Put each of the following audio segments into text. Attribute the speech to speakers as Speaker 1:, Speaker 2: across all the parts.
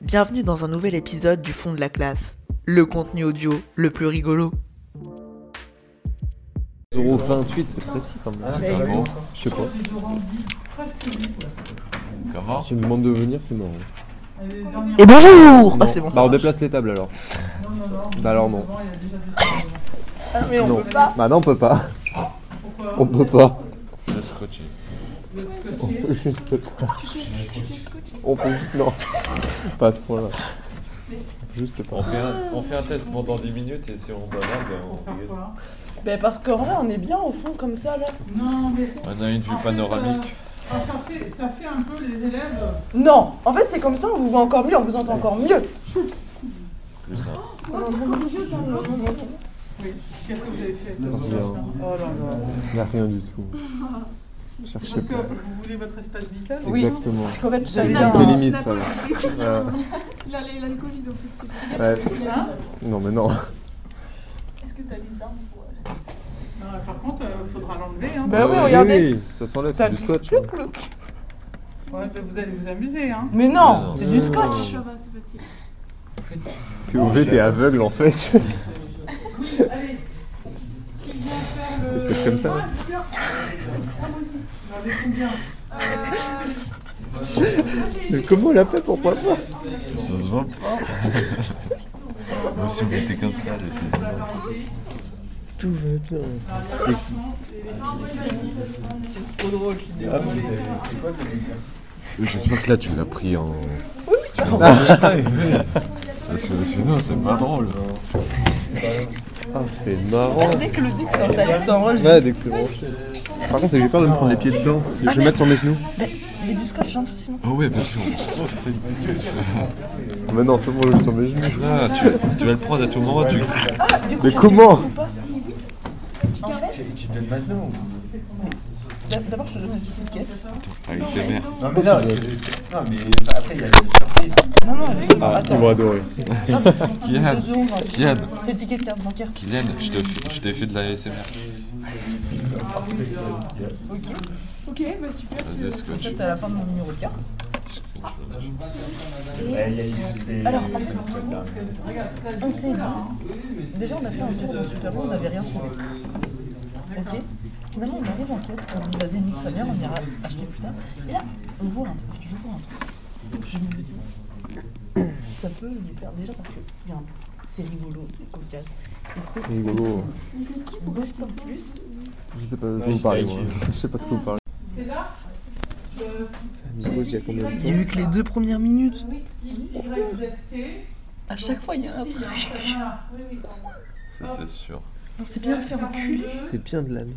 Speaker 1: Bienvenue dans un nouvel épisode du fond de la classe, le contenu audio le plus rigolo.
Speaker 2: 0,28, c'est précis quand
Speaker 1: Ah,
Speaker 2: même.
Speaker 3: Comment
Speaker 2: Je sais pas.
Speaker 3: Comment
Speaker 2: Si me demande de venir, c'est mort.
Speaker 1: Et bonjour Ah
Speaker 2: Non.
Speaker 1: c'est bon,
Speaker 2: bah,
Speaker 1: ça
Speaker 2: on
Speaker 1: marche.
Speaker 2: déplace les tables alors. Bah, alors non.
Speaker 1: Ah, mais on
Speaker 2: non.
Speaker 1: peut pas.
Speaker 2: Bah, non, on peut pas. On peut pas.
Speaker 3: Le scotché.
Speaker 2: On peut juste pas. On peut juste. Non. Pas à ce point-là. Juste pas.
Speaker 3: On fait, un, on fait un test pendant 10 minutes et si on banale, ben, on rigole.
Speaker 4: Bah parce qu'en vrai, on est bien au fond comme ça là.
Speaker 5: Non, mais
Speaker 3: On a une vue
Speaker 5: En fait,
Speaker 3: panoramique.
Speaker 5: ça fait, ça fait un peu les élèves.
Speaker 4: Non, en fait c'est comme ça, on vous voit encore mieux, on vous entend encore mieux.
Speaker 3: Plus ça.
Speaker 5: Oui. Qu'est-ce que vous avez fait
Speaker 2: Rien.
Speaker 5: Oh là là.
Speaker 2: Là, rien du tout. Cherchez
Speaker 5: Parce que
Speaker 2: pas.
Speaker 5: vous voulez votre espace vital
Speaker 4: Oui.
Speaker 2: Exactement.
Speaker 4: Parce qu'en fait,
Speaker 2: C'est
Speaker 4: j'avais un...
Speaker 2: limite, limite, voilà. Ouais.
Speaker 6: Il a, il a le Covid en fait.
Speaker 4: Euh,
Speaker 2: Ouais. Non, mais non.
Speaker 6: Hein Est-ce que t'as euh des armes pour.
Speaker 5: Non, Par contre, il faudra l'enlever. Hein.
Speaker 4: Bah oui, regardez.
Speaker 2: oui, ça s'enlève,
Speaker 4: Ça-
Speaker 2: c'est du scotch. hein.
Speaker 4: Clouc, clouc.
Speaker 5: Ouais, bah, vous allez vous amuser. Hein.
Speaker 4: Mais
Speaker 3: Mais non.
Speaker 4: non, Oh, c'est
Speaker 2: Non.
Speaker 4: du scotch.
Speaker 6: Ça va, c'est facile.
Speaker 2: POV, t'es aveugle en fait.
Speaker 5: Allez. Qui vient faire le.
Speaker 2: Espèce comme ça.
Speaker 5: Non, mais combien
Speaker 2: Mais comment on l'a fait pour pas faire
Speaker 3: Ça se voit pas. Moi, si on était comme ça,
Speaker 5: Pour la parité.
Speaker 2: Tout va bien.
Speaker 5: Alors, il y a Ah, les garçons et les filles.
Speaker 3: Euh, J'espère que là, tu l'as pris en.
Speaker 4: c'est
Speaker 3: Parce que sinon, c'est pas drôle. hein.
Speaker 2: Ah, c'est marrant.
Speaker 4: Dès que le dès que ça s'enlève, ça enregistre.
Speaker 2: Ouais, dès que c'est branché. Par contre, c'est que j'ai peur de me prendre les pieds dedans.
Speaker 4: Ah,
Speaker 2: Je vais mettre sur mes genoux.
Speaker 4: Il y a du scotch en dessous sinon.
Speaker 3: Ah ouais, bien sûr.
Speaker 4: Ah,
Speaker 2: Mais non, c'est bon, je mets sur mes genoux.
Speaker 3: Là, tu, tu vas le prendre à tout moment. Tu...
Speaker 2: Mais comment
Speaker 4: En fait, d'a- d'abord je te donne une petite caisse.
Speaker 3: Avec ses mères.
Speaker 7: Non mais non, c'est- non, mais bah, après il y a des surprises.
Speaker 4: Non, non, non,
Speaker 2: Ah, ils
Speaker 4: attends.
Speaker 2: vont adorer.
Speaker 3: Kylian,
Speaker 4: Deux secondes, hein.
Speaker 3: Kylian,
Speaker 4: C'est le ticket de carte bancaire.
Speaker 3: Kylian, je te fais- je t'ai fait de la SMR.
Speaker 6: Ok, bah super.
Speaker 3: Vas-y, scotch.
Speaker 4: Peut-être à la fin de mon numéro de carte.
Speaker 7: Bah, il y a juste les.
Speaker 4: Alors,
Speaker 7: les-
Speaker 4: en fait, on s'est dit. Déjà, on a fait un tour dans le supermarché, on n'avait rien trouvé. Ok Finalement, on arrive en caisse, on se dit, vas-y, nique sa mère, on ira acheter plus tard. Et là, on voit un truc, je vois un truc. Je me dis, ça peut lui faire déjà parce que il y a un- c'est rigolo, c'est cocasse. Et c'est
Speaker 2: Rigolo.
Speaker 6: Il fait qui pour acheter
Speaker 4: d'autant
Speaker 6: ça
Speaker 4: plus.
Speaker 2: Je sais pas de quoi vous parlez, moi. Je sais pas de quoi vous parlez.
Speaker 5: C'est là euh,
Speaker 2: il y a combien de
Speaker 4: Il y a eu que les deux premières minutes.
Speaker 5: X, Y, Z, T.
Speaker 4: À chaque fois, il y a un
Speaker 5: Si, il
Speaker 4: truc.
Speaker 5: y a un canard. Oui, oui.
Speaker 3: C'était sûr.
Speaker 4: On s'est bien fait reculer.
Speaker 5: 42,
Speaker 2: C'est bien de la merde.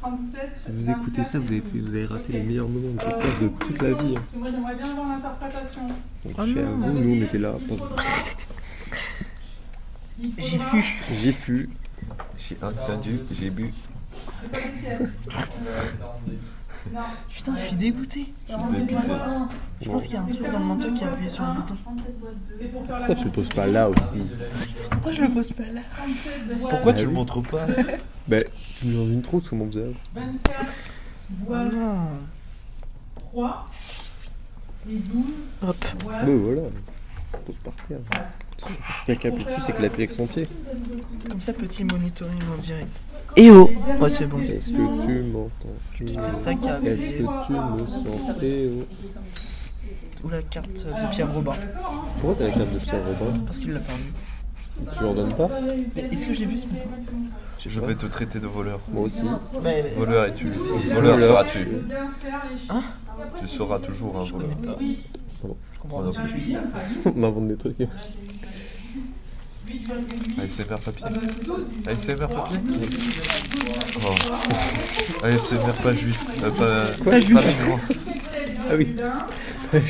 Speaker 5: 37,
Speaker 2: Si vous écoutez ça, vous avez, été- vous avez raté les
Speaker 5: Ok.
Speaker 2: meilleurs moments de
Speaker 5: Euh,
Speaker 2: podcast de toute la vie. hein.
Speaker 5: parce que Moi, j'aimerais bien avoir l'interprétation.
Speaker 4: Oh
Speaker 2: Donc, chez vous, nous on était là.
Speaker 5: Il
Speaker 2: bon.
Speaker 5: faudra- il faudra-
Speaker 4: J'ai vu.
Speaker 2: J'ai pu.
Speaker 3: J'ai entendu, j'ai bu.
Speaker 5: c'est pas des pièces. Non,
Speaker 4: Putain, je suis dégoûtée.
Speaker 3: suis dégoûté.
Speaker 4: Je pense qu'il y a un truc dans mon truc qui a appuyé sur le bouton.
Speaker 5: c'est pour faire la
Speaker 2: Pourquoi tu le poses pas là aussi
Speaker 4: Pourquoi je le pose pas là
Speaker 5: 47, voilà.
Speaker 2: Pourquoi tu le
Speaker 3: montres pas
Speaker 2: Bah, tu me mets dans une trousse, comment on faisait
Speaker 5: 24, voile 3, et 12,
Speaker 4: Hop.
Speaker 5: voile
Speaker 2: Bah, voilà. Pose par terre. Si quelqu'un appuie dessus, c'est qu'il appuie avec son pied.
Speaker 4: Comme ça, petit monitoring en direct. Et oh Ouais, c'est bon.
Speaker 2: Est-ce que tu m'entends Tu
Speaker 4: C'est
Speaker 2: m'entends
Speaker 4: peut-être ça qui a
Speaker 2: Est-ce
Speaker 4: appuyé.
Speaker 2: que tu me sens Théo
Speaker 4: Ou la carte de Pierre
Speaker 2: Ah,
Speaker 4: Robin,
Speaker 5: hein,
Speaker 2: Pourquoi t'as la carte de Pierre Robin
Speaker 4: parce qu'il l'a perdu.
Speaker 2: Tu leur donnes pas
Speaker 4: Mais est-ce que j'ai vu ce matin
Speaker 3: Je vais te traiter de voleur.
Speaker 2: Moi aussi.
Speaker 3: Voleur es-tu Voleur
Speaker 2: Voleur.
Speaker 3: seras-tu
Speaker 5: bien faire les
Speaker 2: Ah.
Speaker 5: chiffres.
Speaker 3: Tu seras toujours un voleur.
Speaker 4: Je comprends pas ce que tu dis.
Speaker 2: On m'invente des trucs.
Speaker 5: 8,8,
Speaker 3: ASMR papier.
Speaker 5: ah bah, c'est 12,
Speaker 3: ASMR papier oh. ASMR pas juif. Euh, pas, pas
Speaker 2: juif.
Speaker 3: migrant.
Speaker 2: Ah oui.
Speaker 5: 1,
Speaker 2: T'as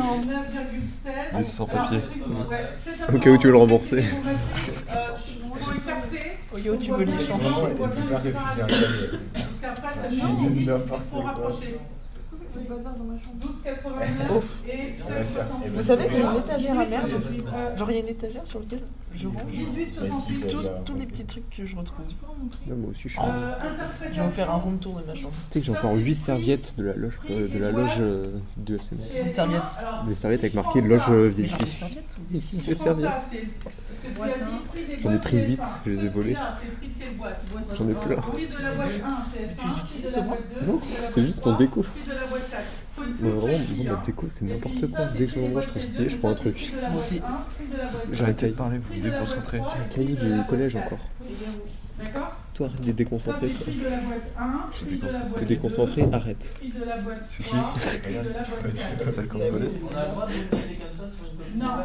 Speaker 5: 5,59,7.
Speaker 3: Des sans-papiers.
Speaker 5: Alors, ouais, faites
Speaker 2: Au cas où tu veux le
Speaker 5: attention,
Speaker 2: rembourser.
Speaker 5: on va- euh, on va écarter,
Speaker 4: Oyo, tu
Speaker 5: on
Speaker 4: veux
Speaker 5: voit bien
Speaker 4: les changer
Speaker 5: on
Speaker 7: Vraiment,
Speaker 5: voit
Speaker 7: elle
Speaker 5: bien
Speaker 7: peut
Speaker 5: les
Speaker 7: pas refuser un
Speaker 5: séparations.
Speaker 7: cadeau.
Speaker 5: Parce qu'après, ça- non, on dit que c'est trop rapproché.
Speaker 6: C'est le bazar dans ma chambre.
Speaker 5: 12,89
Speaker 4: Oh.
Speaker 5: et 16,68.
Speaker 4: Vous savez qu'il y a une étagère à merde Genre, il y a une étagère sur laquelle je range
Speaker 5: 18,68.
Speaker 4: tous, tous les petits trucs que je retrouve.
Speaker 2: Non, moi aussi, je suis.
Speaker 4: Oh.
Speaker 5: Euh,
Speaker 4: Je vais vous faire un
Speaker 5: interprétation.
Speaker 4: room tour de ma chambre.
Speaker 2: Tu sais que j'ai encore 8 serviettes de la loge, euh, de la loge euh, du FCMS.
Speaker 5: Chez
Speaker 4: Des serviettes.
Speaker 5: Emma, alors,
Speaker 2: Des serviettes avec marqué loge euh,
Speaker 4: Mais genre,
Speaker 2: VIP.
Speaker 4: des serviettes ou
Speaker 2: Des
Speaker 5: tu prends
Speaker 2: serviettes.
Speaker 5: ça, c'est- parce que tu as dit prix des
Speaker 2: J'en ai
Speaker 5: boîtes
Speaker 2: pris
Speaker 5: chez
Speaker 2: huit,
Speaker 5: F1.
Speaker 2: je les ai
Speaker 5: Ce prix-là,
Speaker 2: volées.
Speaker 5: c'est le prix de quelle boîte Boîte
Speaker 2: J'en ai
Speaker 5: un,
Speaker 2: plein.
Speaker 5: Prix de la boîte 1 chez F1, prix de la boîte 2,
Speaker 2: Non,
Speaker 5: prix de la
Speaker 2: c'est
Speaker 5: boîte
Speaker 2: juste
Speaker 5: 3,
Speaker 2: en déco.
Speaker 5: prix de la boîte 4. Faut une
Speaker 2: Mais
Speaker 5: petite
Speaker 2: vraiment,
Speaker 5: fille,
Speaker 2: bon,
Speaker 5: hein.
Speaker 2: ma déco, c'est
Speaker 5: Et
Speaker 2: n'importe
Speaker 5: puis
Speaker 2: quoi.
Speaker 5: ça,
Speaker 2: Dès que
Speaker 5: c'est
Speaker 2: je me
Speaker 5: prix
Speaker 2: mange, je
Speaker 5: des
Speaker 2: trouve
Speaker 5: boîtes
Speaker 2: stylé,
Speaker 5: chez
Speaker 2: je prends un
Speaker 5: deux, ça,
Speaker 2: truc.
Speaker 5: c'est prix de la
Speaker 4: Moi
Speaker 5: boîte
Speaker 4: aussi.
Speaker 5: un, prix de la boîte deux,
Speaker 2: J'arrête
Speaker 8: Arrêtez
Speaker 2: avec
Speaker 8: de parler, vous
Speaker 5: prix
Speaker 8: me
Speaker 5: de la boîte
Speaker 8: déconcentrez.
Speaker 5: trois et
Speaker 2: Caillou
Speaker 5: prix de la
Speaker 2: du
Speaker 5: boîte
Speaker 2: collège
Speaker 5: quatre.
Speaker 2: encore.
Speaker 5: D'accord
Speaker 2: Toi, arrête de
Speaker 5: Ça, c'est
Speaker 2: déconcentrer. toi.
Speaker 5: prix de la boîte 1, prix de la boîte 2,
Speaker 2: T'es déconcentré, arrête.
Speaker 5: prix de la boîte
Speaker 8: Suffit.
Speaker 5: 3, prix de la boîte 4.
Speaker 8: C'est celle qu'on connaît.
Speaker 9: On a le droit de vous poser comme ça sur une copie
Speaker 5: Non.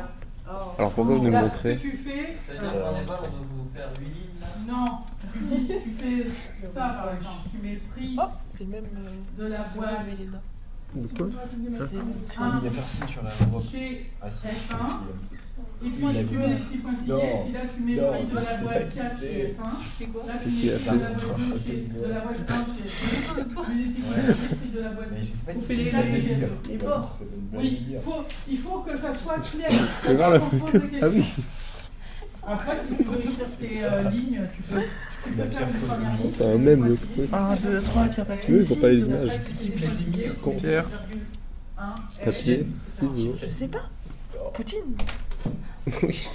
Speaker 2: Alors, pourquoi vous nous le
Speaker 5: Là,
Speaker 2: montrez
Speaker 5: ce que tu fais,
Speaker 9: C'est-à-dire
Speaker 10: Euh,
Speaker 9: qu'on n'est pas pour vous faire huit lignes
Speaker 10: Ah,
Speaker 9: là
Speaker 5: non, tu dis, tu fais ça par exemple, tu mets prix
Speaker 4: Oh, c'est le même. euh,
Speaker 5: de la
Speaker 4: c'est le même
Speaker 5: boîte
Speaker 4: Véleda.
Speaker 2: De quoi
Speaker 4: C'est le même.
Speaker 5: un
Speaker 10: Il y a personne sur la robe.
Speaker 5: chez
Speaker 10: Ah,
Speaker 5: F1.
Speaker 10: si, je pense qu'il
Speaker 5: et puis
Speaker 10: y a- Il a
Speaker 5: tu
Speaker 10: vu.
Speaker 5: mets des petits pointillés,
Speaker 10: Non,
Speaker 5: et là tu mets
Speaker 10: non,
Speaker 5: prix de la
Speaker 10: je sais pas
Speaker 5: boîte
Speaker 10: qui
Speaker 5: 4 chez
Speaker 10: c'est.
Speaker 5: F1,
Speaker 4: C'est quoi
Speaker 5: là tu
Speaker 2: Qu'est-ce qu'il
Speaker 5: mets
Speaker 2: a
Speaker 5: prix de la
Speaker 10: fait
Speaker 5: boîte 2 chez, de la boîte 1 chez F1, tu mets des petits pointillés, prix de la boîte
Speaker 10: Mais je sais pas
Speaker 5: Vous
Speaker 10: qui
Speaker 5: faites les
Speaker 10: c'est
Speaker 5: lives,
Speaker 10: qui l'a
Speaker 5: les
Speaker 10: mis.
Speaker 5: lives.
Speaker 10: Ouais, ça donne pas
Speaker 5: Oui,
Speaker 10: envie.
Speaker 5: faut, il faut que ça soit clair.
Speaker 2: Je vais voir la
Speaker 5: Quand on pose
Speaker 2: photo.
Speaker 5: des
Speaker 2: Ah oui
Speaker 5: Après, si tu veux écrire tes euh, lignes, tu peux, tu peux
Speaker 10: La
Speaker 5: faire
Speaker 10: pire
Speaker 5: une
Speaker 10: chose
Speaker 5: première
Speaker 10: du
Speaker 5: ligne.
Speaker 10: monde.
Speaker 2: C'est un même le truc.
Speaker 4: 1, 2, 3, pierre, papier.
Speaker 2: Oui, ils ont pas les
Speaker 4: ciseaux.
Speaker 2: images. Con.
Speaker 8: Pierre.
Speaker 2: Papier, ciseaux.
Speaker 4: Je sais pas. Poutine.
Speaker 2: Oui.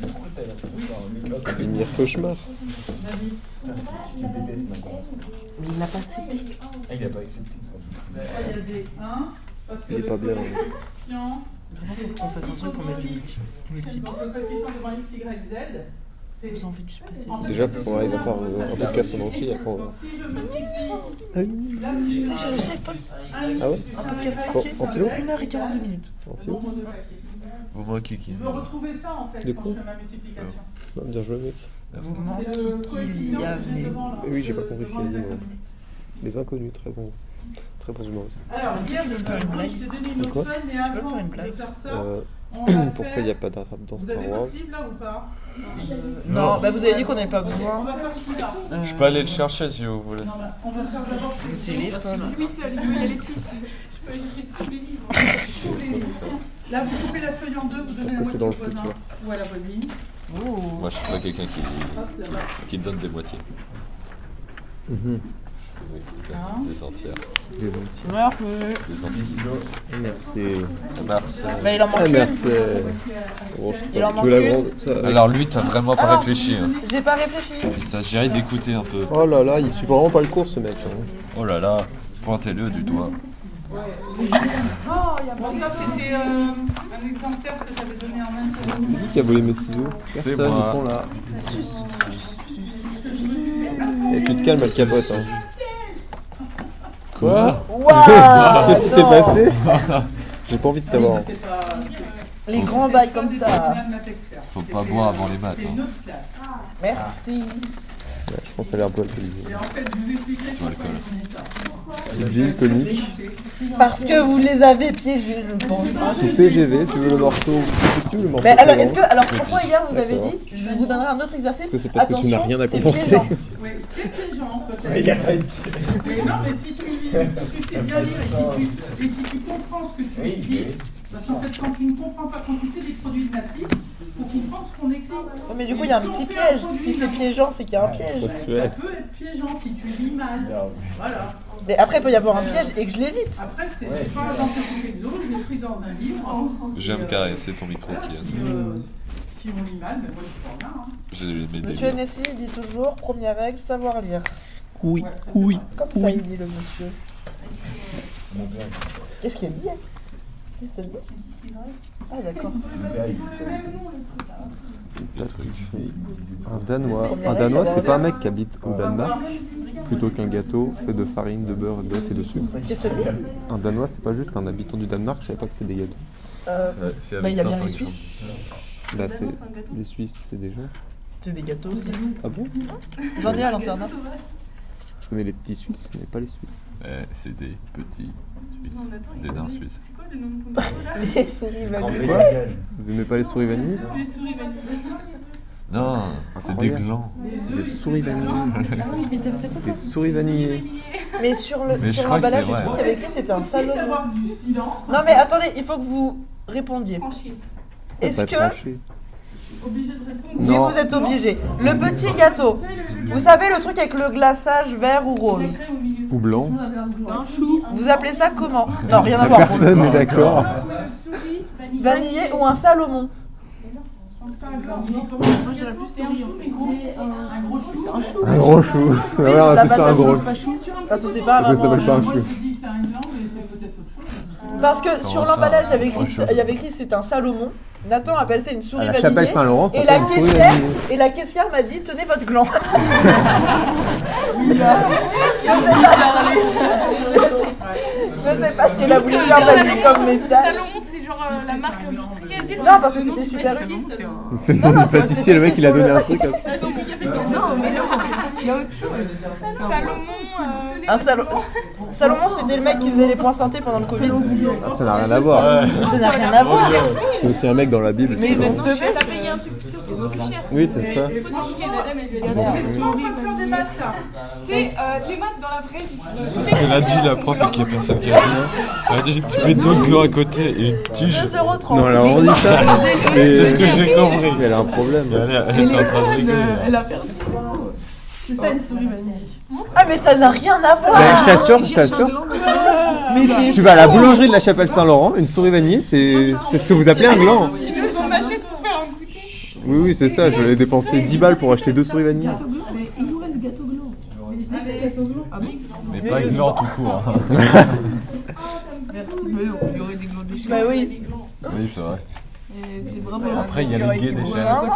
Speaker 10: Pourquoi t'as la photo par un micro Je
Speaker 2: Vladimir Cauchemar.
Speaker 10: déteste maintenant.
Speaker 4: Mais il l'a pas accepté.
Speaker 10: Ah, il a pas accepté.
Speaker 5: Il y a des 1, parce que
Speaker 2: Il est
Speaker 5: le
Speaker 2: pas bien, hein.
Speaker 5: coefficient-
Speaker 4: Vraiment, faut qu'on fasse un truc pour mettre du multi-
Speaker 5: Donc,
Speaker 4: multipiste.
Speaker 5: le coefficient devant x, y, z, c'est...
Speaker 4: Vous en faites du passé.
Speaker 5: en fait,
Speaker 2: Déjà,
Speaker 5: c'est
Speaker 2: on va aller
Speaker 5: ça.
Speaker 2: faire euh, un podcast en entier, après on
Speaker 5: Donc,
Speaker 2: va.
Speaker 5: si je multiplie...
Speaker 2: Ah oui.
Speaker 5: Là, si je
Speaker 4: Tu sais, j'ai réussi avec Paul.
Speaker 9: Plus un
Speaker 5: un
Speaker 9: Y.
Speaker 5: x,
Speaker 2: Ah ouais
Speaker 5: c'est
Speaker 4: Un
Speaker 5: un
Speaker 4: podcast
Speaker 5: y,
Speaker 2: entier.
Speaker 4: entier.
Speaker 2: En philo
Speaker 4: 1h42 minutes.
Speaker 2: En
Speaker 5: le
Speaker 2: philo
Speaker 5: nombre de paquets.
Speaker 8: Vous manquez qui
Speaker 5: Je veux retrouver ça, en fait,
Speaker 2: Du
Speaker 5: quand
Speaker 2: coup
Speaker 5: je fais ma multiplication.
Speaker 2: Non, Bien joué, mec.
Speaker 8: Merci.
Speaker 4: Vous
Speaker 5: C'est
Speaker 4: manquez
Speaker 5: le
Speaker 4: qu'il y
Speaker 5: coefficient
Speaker 4: a
Speaker 5: que j'ai
Speaker 4: des.
Speaker 5: devant, là.
Speaker 2: Eh oui, j'ai
Speaker 5: de-
Speaker 2: pas compris ce
Speaker 5: devant
Speaker 2: qu'il a
Speaker 5: les
Speaker 2: dit, moi.
Speaker 5: inconnus.
Speaker 2: Les inconnus, très bon. Très bon humoriste.
Speaker 5: Alors, hier, je
Speaker 4: Tu peux faire une blague
Speaker 5: je te donnais une
Speaker 2: De quoi
Speaker 5: autre fun, et
Speaker 4: peux
Speaker 5: avant
Speaker 4: faire une
Speaker 5: de
Speaker 4: blague
Speaker 5: faire ça,
Speaker 2: Euh,
Speaker 5: on va
Speaker 2: pourquoi il n'y a
Speaker 5: faire...
Speaker 2: pas d'arabe dans
Speaker 5: Vous
Speaker 2: Star
Speaker 5: avez
Speaker 2: Wars
Speaker 5: votre cible, là, ou pas
Speaker 4: Non,
Speaker 8: Non.
Speaker 4: bah vous avez dit qu'on n'avait pas
Speaker 5: Ok, on
Speaker 4: besoin.
Speaker 5: va faire celui-là.
Speaker 4: euh,
Speaker 8: Je peux aller le chercher si vous voulez.
Speaker 5: Non, bah, on va faire d'abord
Speaker 4: Le
Speaker 5: celui-ci.
Speaker 4: téléphone.
Speaker 6: Oui, c'est on peut y aller tous. Je peux aller chercher tous les livres.
Speaker 5: Tous les livres. Là, vous coupez la feuille en deux, vous donnez
Speaker 2: Parce
Speaker 5: la
Speaker 2: que c'est
Speaker 5: moitié
Speaker 2: dans
Speaker 5: au
Speaker 2: le
Speaker 5: voisin
Speaker 2: futur.
Speaker 5: ou à la voisine.
Speaker 4: Oh.
Speaker 3: Moi, je suis pas quelqu'un qui,
Speaker 5: Hop, là-bas.
Speaker 3: qui donne des moitiés.
Speaker 2: Mhm.
Speaker 3: Oui,
Speaker 5: Ah.
Speaker 3: Des entières,
Speaker 2: Des Antilles. Ah,
Speaker 3: des entiers.
Speaker 2: Merci.
Speaker 4: Bah il en manque
Speaker 2: Ah, merci.
Speaker 4: une.
Speaker 2: Bon, je sais
Speaker 4: Il en
Speaker 2: pas. Tu
Speaker 4: manque
Speaker 2: veux la
Speaker 4: une.
Speaker 2: grande ça, avec-
Speaker 8: Alors lui, t'as vraiment pas
Speaker 4: Ah.
Speaker 8: réfléchi. hein.
Speaker 4: J'ai pas réfléchi.
Speaker 3: Il s'agirait d'écouter un peu.
Speaker 2: Oh là là, il suit vraiment pas le cours ce mec. hein.
Speaker 3: Oh là là, pointez-le du doigt.
Speaker 5: Bon, ça, c'était euh, un exemplaire que j'avais donné en intro.
Speaker 2: C'est qui qui a volé mes ciseaux
Speaker 8: C'est
Speaker 2: Personne,
Speaker 8: moi.
Speaker 2: ils sont là. Et Eh, tu te calmes, elle capote. Hein. Quoi
Speaker 4: Waouh
Speaker 2: Qu'est-ce qui s'est passé J'ai pas envie de savoir.
Speaker 5: C'était pas-
Speaker 4: Les grands bails comme
Speaker 5: des
Speaker 4: ça.
Speaker 5: terminales maths experts.
Speaker 3: Faut pas
Speaker 5: C'était,
Speaker 3: boire
Speaker 5: euh,
Speaker 3: avant les maths,
Speaker 5: C'était
Speaker 3: hein.
Speaker 5: une autre classe.
Speaker 4: Merci.
Speaker 2: Ouais, je pense qu'elle est un peu alcoolisée.
Speaker 5: Et en fait, je vous expliquais
Speaker 3: Sur
Speaker 5: pourquoi
Speaker 3: l'alcool.
Speaker 5: je dis ça.
Speaker 2: Idéal tonique.
Speaker 4: Parce que vous les avez piégés, je pense.
Speaker 2: Sous TGV, tu veux le morceau Tu veux le morceau
Speaker 4: Mais alors,
Speaker 2: Florent
Speaker 4: est-ce que. Alors, pourquoi hier vous avez
Speaker 2: D'accord.
Speaker 4: dit Je vous donnerai un autre exercice
Speaker 2: Parce que c'est parce que tu n'as
Speaker 4: Attention,
Speaker 2: rien à
Speaker 4: c'est
Speaker 2: compenser.
Speaker 4: piégeant.
Speaker 5: Oui, c'est piégeant, peut-être.
Speaker 10: Il a pas eu.
Speaker 5: Mais non, mais si tu, lis, si tu sais bien lire et si tu, et si tu comprends ce que tu
Speaker 10: Oui,
Speaker 5: écris,
Speaker 10: mais-
Speaker 5: parce qu'en fait, quand tu ne comprends pas, quand tu fais des produits de matrice, faut comprendre ce qu'on écrit.
Speaker 4: Ouais, mais du coup, il y a un petit piège. Si c'est piégeant, c'est qu'il y a un piège.
Speaker 2: Ça se
Speaker 5: Ça
Speaker 2: fait.
Speaker 5: peut être piégeant si tu lis mal.
Speaker 10: Non,
Speaker 5: Voilà.
Speaker 4: Mais après, il peut y avoir un piège et que je l'évite.
Speaker 5: Après, c'est j'ai pas inventé mon exo, je l'ai pris dans un livre.
Speaker 3: J'aime
Speaker 5: carrément.
Speaker 3: caresser ton micro, Kian.
Speaker 5: si, euh, si on lit mal, ben moi je suis en là. Hein.
Speaker 3: J'ai mes
Speaker 4: Monsieur
Speaker 3: délires.
Speaker 4: Nessie dit toujours première règle, savoir lire.
Speaker 2: Oui,
Speaker 5: Ouais, ça, c'est
Speaker 2: oui.
Speaker 5: vrai.
Speaker 4: Comme ça, il dit le monsieur.
Speaker 10: mon père,
Speaker 4: Qu'est-ce qu'il dit hein? Qu'est-ce qu'elle dit
Speaker 6: J'ai dit c'est vrai.
Speaker 4: Ah, d'accord.
Speaker 10: mon père, il
Speaker 6: C'est le même nom le truc.
Speaker 2: Un Danois.
Speaker 4: Première
Speaker 2: Un
Speaker 4: règle,
Speaker 2: Danois, c'est
Speaker 4: savoir
Speaker 2: pas un
Speaker 4: lire.
Speaker 2: mec qui habite au Danemark. Plutôt qu'un gâteau fait de farine, de beurre, d'œufs et de sucre.
Speaker 4: Qu'est-ce qu'elle dit
Speaker 2: Un Danois, c'est pas juste un habitant du Danemark, je savais pas que c'est des gâteaux.
Speaker 4: Euh, Bah, il y a bien les Suisses.
Speaker 2: Bah, c'est.
Speaker 6: un gâteau.
Speaker 2: Les Suisses, c'est des gens.
Speaker 4: C'est des gâteaux aussi.
Speaker 2: Ah bon
Speaker 4: J'en ai à l'internat.
Speaker 2: Je connais les petits Suisses, mais pas les Suisses.
Speaker 3: Eh, c'est des petits
Speaker 6: Non,
Speaker 3: Suisses.
Speaker 6: mais attends,
Speaker 3: Des nains suisses.
Speaker 6: C'est quoi le nom de ton gâteau là
Speaker 4: Les souris
Speaker 10: est
Speaker 4: vanillées.
Speaker 10: grand, il gueule.
Speaker 2: Vous aimez pas les souris vanille
Speaker 6: Les souris vanille.
Speaker 3: Non, c'est des glands.
Speaker 2: C'est des souris vanillées.
Speaker 4: Ah oui, mais t'avais quoi
Speaker 2: Des souris vanillées.
Speaker 4: Mais sur le-
Speaker 3: Mais je
Speaker 4: sur
Speaker 3: crois que
Speaker 4: l'emballage,
Speaker 3: c'est
Speaker 4: j'ai
Speaker 3: vrai.
Speaker 4: trouvé qu'il y avait écrit c'était un salaud.
Speaker 5: d'avoir du silence,
Speaker 4: Non mais attendez, il faut que vous répondiez.
Speaker 6: Franchi.
Speaker 4: Est-ce
Speaker 2: Ça
Speaker 4: que
Speaker 2: peut être tranché.
Speaker 5: obligé de répondre.
Speaker 4: Oui,
Speaker 2: Non.
Speaker 4: vous êtes obligé. Le petit gâteau.
Speaker 6: Tu sais, le- le
Speaker 4: Vous savez le truc avec le glaçage vert ou rose
Speaker 6: gars au milieu.
Speaker 2: Ou blanc.
Speaker 5: C'est un chou.
Speaker 4: Vous appelez ça comment Non, rien à
Speaker 2: La
Speaker 4: voir.
Speaker 2: personne n'est d'accord.
Speaker 6: Ah, ouais, le souris, vanille.
Speaker 4: Vanillé ou un salomon
Speaker 6: C'est un blanc.
Speaker 5: Moi j'aurais plus
Speaker 6: C'est un chou, mais gros.
Speaker 5: Un gros chou. C'est un chou.
Speaker 2: Un gros chou. Ma mère
Speaker 4: la
Speaker 2: a appelé ça un
Speaker 4: patate
Speaker 2: gros
Speaker 4: chaude.
Speaker 2: chou.
Speaker 4: Parce que c'est pas
Speaker 2: Ça
Speaker 4: vraiment.
Speaker 2: s'appelle pas un
Speaker 5: Moi je
Speaker 2: chou.
Speaker 5: vous dis que c'est un blanc, mais c'est peut-être autre chose.
Speaker 4: Parce que sur
Speaker 3: Comment ça
Speaker 4: l'emballage, il y avait
Speaker 3: Autre
Speaker 4: écrit-
Speaker 3: chose.
Speaker 4: il y avait écrit c'est un salomon. Nathan appelle ça une
Speaker 2: À
Speaker 4: souris
Speaker 2: la chapelle
Speaker 4: vanillée.
Speaker 2: Saint-Laurent, ça
Speaker 4: Et la
Speaker 2: s'appelle une souris
Speaker 4: caissière,
Speaker 2: vanillée.
Speaker 4: et la caissière m'a dit tenez votre gland. Je sais pas ce qu'elle a voulu faire passer comme message.
Speaker 6: Salomon, c'est genre euh, la marque industrielle. des-
Speaker 4: Non, parce que
Speaker 5: Non,
Speaker 4: c'était
Speaker 5: c'est
Speaker 4: super
Speaker 5: pas
Speaker 4: utile.
Speaker 5: c'est un-
Speaker 2: C'est le nom du pâtissier, le mec il a donné un truc à
Speaker 6: Salomon, il y avait
Speaker 5: Non, mais non, il y a autre chose.
Speaker 6: Salomon. euh,
Speaker 4: Un salo- Salomon, c'était le mec qui faisait les points santé pendant le Covid.
Speaker 2: Ah, Ça n'a rien à voir.
Speaker 4: Ça n'a rien à voir.
Speaker 2: C'est aussi un mec dans la Bible.
Speaker 4: Mais ils
Speaker 2: c'est
Speaker 4: ont
Speaker 2: bon.
Speaker 4: teubé.
Speaker 6: T'as payé un truc, ça, c'était plus cher.
Speaker 2: Oui, c'est ça.
Speaker 6: Faut déchirer la dame, elle lui a dit,
Speaker 5: Franchement, on va faire des maths là.
Speaker 6: C'est euh, les maths dans la vraie vie.
Speaker 3: C'est ce qu'elle a dit, la prof, et qu'il y a personne qui a dit. hein. Elle a dit Tu mets deux glands à côté et une tige.
Speaker 4: 2,30€.
Speaker 2: Non, elle a vraiment dit ça. Mais-
Speaker 3: C'est ce que j'ai compris.
Speaker 2: Mais Elle a un problème.
Speaker 3: Elle est- elle est en train de rigoler. hein.
Speaker 5: Elle
Speaker 3: là.
Speaker 5: a perdu.
Speaker 6: C'est ça une souris vanille.
Speaker 4: Ah, mais ça n'a rien à voir.
Speaker 2: Mais je t'assure, je t'assure.
Speaker 4: Mais t'es-
Speaker 2: Tu vas à la boulangerie de la chapelle Saint-Laurent, une souris vanillée, c'est c'est ce que vous appelez un gland.
Speaker 6: Ils nous ont mâché pour faire un truc.
Speaker 2: Oui, oui, c'est ça. Je vais dépenser 10 balles pour acheter deux souris vanillées.
Speaker 5: Il nous reste gâteau blanc.
Speaker 3: Mais pas gland tout court. hein.
Speaker 5: Merci. Mais non, il y aurait des glands déchets.
Speaker 4: Bah oui.
Speaker 3: Oui, c'est vrai.
Speaker 5: T'es vraiment.
Speaker 3: Après, il y a les gays des
Speaker 4: Hein
Speaker 3: chèvres.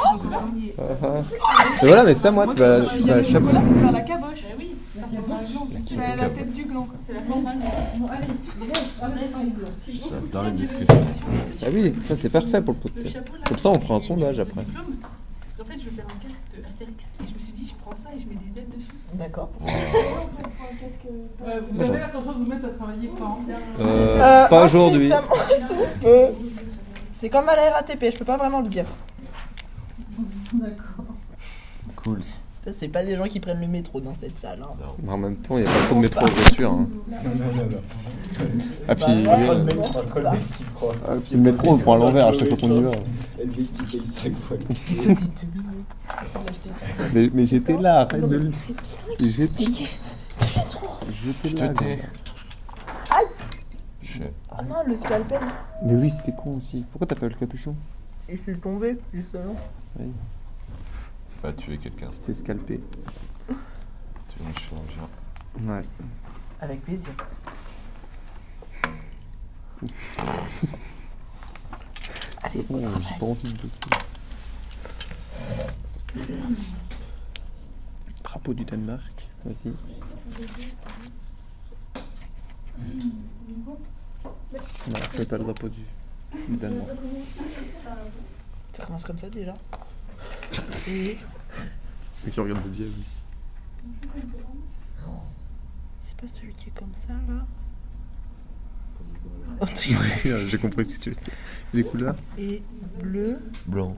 Speaker 2: Et voilà, mais ça, moi, tu vas tu vas à la chapelle.
Speaker 6: Pour faire la caboche. Oui. Mais la tête du gland, quoi. C'est la forme d'un gland.
Speaker 3: Dans les discussions.
Speaker 2: Ah oui, ça c'est parfait pour le podcast. Comme ça, on fera un sondage après.
Speaker 5: Parce qu'en fait, je veux faire un casque de Astérix. Et je me suis dit, je prends ça et je mets des ailes dessus.
Speaker 4: D'accord.
Speaker 5: Euh, Vous avez l'intention de vous mettre à travailler quand
Speaker 2: Euh, pas
Speaker 4: oh,
Speaker 2: aujourd'hui.
Speaker 4: incessamment sous peu. C'est comme à la RATP, je peux pas vraiment le dire.
Speaker 3: Cool.
Speaker 4: Ça, c'est pas des gens qui prennent le métro dans cette salle. hein.
Speaker 2: Mais en même temps, il n'y a pas trop de métro en voiture. hein. Ah puis, euh, ah, puis le métro, on le prend à l'envers à chaque fois qu'on y va.
Speaker 10: Elle dit qu'il paye 5 fois le
Speaker 2: Mais, mais j'étais là, arrête de le J'étais J'étais
Speaker 3: Je
Speaker 2: là. gars.
Speaker 3: te tais. Je-
Speaker 4: Ah non, le scalpel.
Speaker 2: Mais oui, c'était con aussi. Pourquoi t'as pas eu le capuchon
Speaker 4: Il suis tombé, justement.
Speaker 3: Pas tuer quelqu'un.
Speaker 2: Tu t'es scalpé.
Speaker 3: Tuer un chirurgien.
Speaker 2: Ouais.
Speaker 4: Avec plaisir.
Speaker 2: C'est bon, j'ai pas envie de bosser. Drapeau du Danemark. Vas-y. Non, c'est pas le drapeau du, du Danemark.
Speaker 4: Ça commence comme ça déjà.
Speaker 2: Mais si on regarde le biais, oui.
Speaker 4: C'est pas celui qui est comme ça là
Speaker 2: Oui, euh, j'ai compris ce que tu veux dire. Les couleurs
Speaker 4: Et bleu.
Speaker 3: Blanc.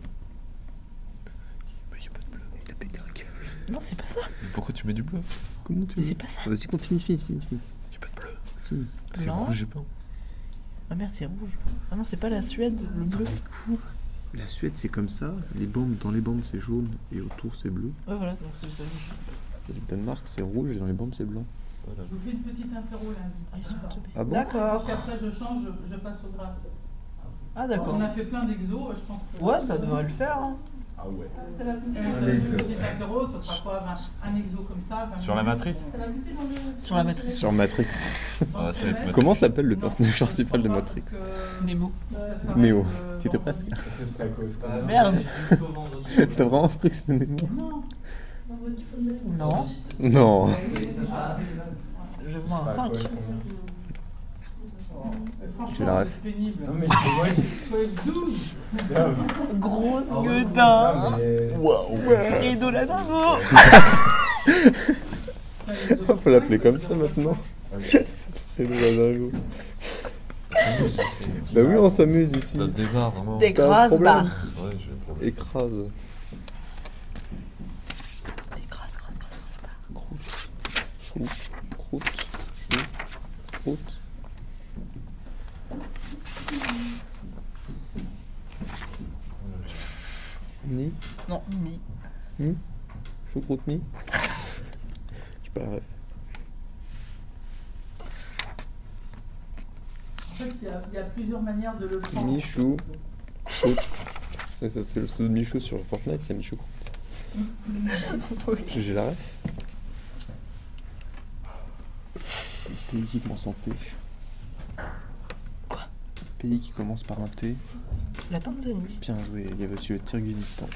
Speaker 2: Mais y a pas de bleu, il a pété un câble.
Speaker 4: Non, c'est pas ça.
Speaker 3: Mais Pourquoi tu mets du bleu
Speaker 2: Comment tu
Speaker 4: Mais
Speaker 2: veux
Speaker 4: c'est pas ça.
Speaker 2: Vas-y, qu'on finit, finit, finit. finit.
Speaker 3: J'ai pas de bleu.
Speaker 2: Fini.
Speaker 3: C'est
Speaker 4: Blanc.
Speaker 3: rouge et blanc.
Speaker 4: Ah merde, c'est rouge. Ah non, c'est pas la Suède, le bleu.
Speaker 2: La Suède, c'est comme ça. Les bandes, dans les bandes, c'est jaune et autour, c'est bleu.
Speaker 4: Ouais, voilà, donc c'est ça.
Speaker 2: Le Danemark, c'est rouge et dans les bandes, c'est blanc.
Speaker 5: Je vous fais une petite interro
Speaker 4: Ah, ils
Speaker 5: lundi.
Speaker 4: sont teubés.
Speaker 2: Ah bon
Speaker 5: Parce
Speaker 4: D'accord.
Speaker 5: qu'après, je change, je passe au draft.
Speaker 4: Ah, d'accord.
Speaker 5: On a fait plein d'exos, euh, je pense que. Euh,
Speaker 4: Ouais, ça devrait le faire. hein.
Speaker 10: Ah ouais.
Speaker 5: Ça va coûter une petite interro, ça sera quoi vingt- Un exo comme ça vingt
Speaker 3: Sur la
Speaker 5: minutes.
Speaker 3: matrice
Speaker 5: Ça va coûter dans le-
Speaker 4: Sur la matrice.
Speaker 2: Sur Matrix.
Speaker 5: dans le
Speaker 3: Ah, ça va être
Speaker 5: semestre.
Speaker 2: Comment s'appelle le
Speaker 5: Non,
Speaker 2: personnage
Speaker 5: je pense
Speaker 2: principal de
Speaker 5: pas,
Speaker 2: Matrix
Speaker 5: parce que
Speaker 4: Nemo.
Speaker 5: ça s'arrête,
Speaker 2: Néo.
Speaker 5: euh,
Speaker 2: Tu étais
Speaker 5: vendredi.
Speaker 2: presque.
Speaker 10: Ce serait quoi
Speaker 4: Merde.
Speaker 2: T'as vraiment cru que c'était Nemo
Speaker 5: Non,
Speaker 4: Non,
Speaker 2: Non.
Speaker 4: je vois un 5.
Speaker 2: J'ai
Speaker 5: franchement,
Speaker 2: la
Speaker 5: c'est pénible.
Speaker 10: Non mais c'est moi qui
Speaker 5: Faut être doux.
Speaker 10: Non,
Speaker 4: Grosse gueudin.
Speaker 10: mais-
Speaker 4: Et de la nouveau.
Speaker 5: Ça, les exos.
Speaker 2: Faut l'appeler comme ça maintenant. C'est le dingo. Ah Bah oui, on s'amuse ici.
Speaker 3: Ça démarre vraiment.
Speaker 4: Des
Speaker 2: T'as un
Speaker 4: grasses
Speaker 2: problème
Speaker 4: barres.
Speaker 3: Ouais, j'ai un problème.
Speaker 2: Écrase. Ni
Speaker 4: Non, mi.
Speaker 2: Choucroute ni J'ai pas la ref.
Speaker 5: En fait, il y a- il y, a plusieurs manières de le prendre.
Speaker 2: Michou. Choucroute. Ouais, ça, C'est le pseudo de Michou sur Fortnite, c'est Michou Croûte. J'ai j'ai la ref. Pays qui commence en T.
Speaker 4: Quoi
Speaker 2: Pays qui commence par un T.
Speaker 4: La Tanzanie.
Speaker 2: Bien joué, il y avait aussi le Kirghizistan.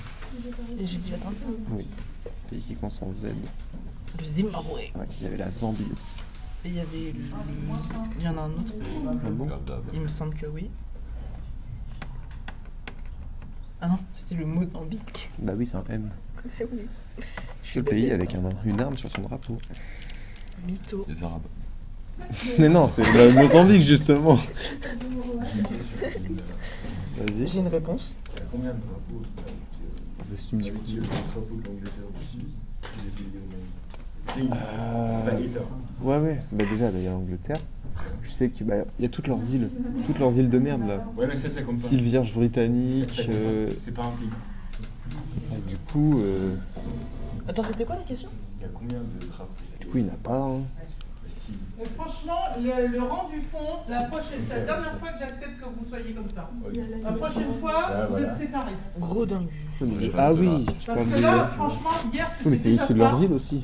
Speaker 4: Et J'ai dit la Tanzanie.
Speaker 2: Oui. Pays qui commence en Z.
Speaker 4: Le Zimbabwe.
Speaker 2: Ouais, il y avait la Zambie aussi.
Speaker 4: Et il y avait le... Il y en a un autre.
Speaker 2: Ah bon
Speaker 4: Il me semble que oui. Ah non, c'était le Mozambique.
Speaker 2: Bah oui, c'est un M.
Speaker 4: oui.
Speaker 2: Je suis le pays avec un- une arme sur son drapeau.
Speaker 4: Mytho.
Speaker 3: Les Arabes.
Speaker 2: Mais non, c'est le Mozambique justement. Vas-y.
Speaker 4: J'ai une réponse.
Speaker 10: Il y a combien de drapeaux
Speaker 2: tu me dis
Speaker 10: Il y a le drapeau de l'Angleterre aussi. Il y a des pays au
Speaker 2: Ah.
Speaker 10: même. Pays, pas État.
Speaker 2: Ouais, ouais. Bah déjà, bah, il y a l'Angleterre. Je sais qu'il bah, il y a toutes leurs îles. Toutes leurs îles de merde là.
Speaker 10: Ouais, mais ça, ça compte pas.
Speaker 2: Îles Vierges britanniques.
Speaker 10: Ça, ça compte pas.
Speaker 2: euh,
Speaker 10: C'est pas un pays.
Speaker 2: bah, du coup, euh,
Speaker 4: Attends, c'était quoi la question
Speaker 10: Il y a combien de drapeaux Bah,
Speaker 2: du coup, il n'y en a pas. hein.
Speaker 10: Si.
Speaker 5: Et franchement, le, le rang du fond, la prochaine, c'est la dernière fois que j'accepte que vous soyez comme ça. La prochaine fois,
Speaker 10: Ah,
Speaker 5: vous
Speaker 10: voilà.
Speaker 5: êtes séparés.
Speaker 4: Gros dingue.
Speaker 2: Ah oui. tu
Speaker 5: Parce
Speaker 2: parles
Speaker 5: que
Speaker 2: des-
Speaker 5: là, franchement, hier,
Speaker 2: Oui, mais c'est
Speaker 5: c'était déjà
Speaker 2: issu de
Speaker 5: ça.
Speaker 2: leurs îles aussi.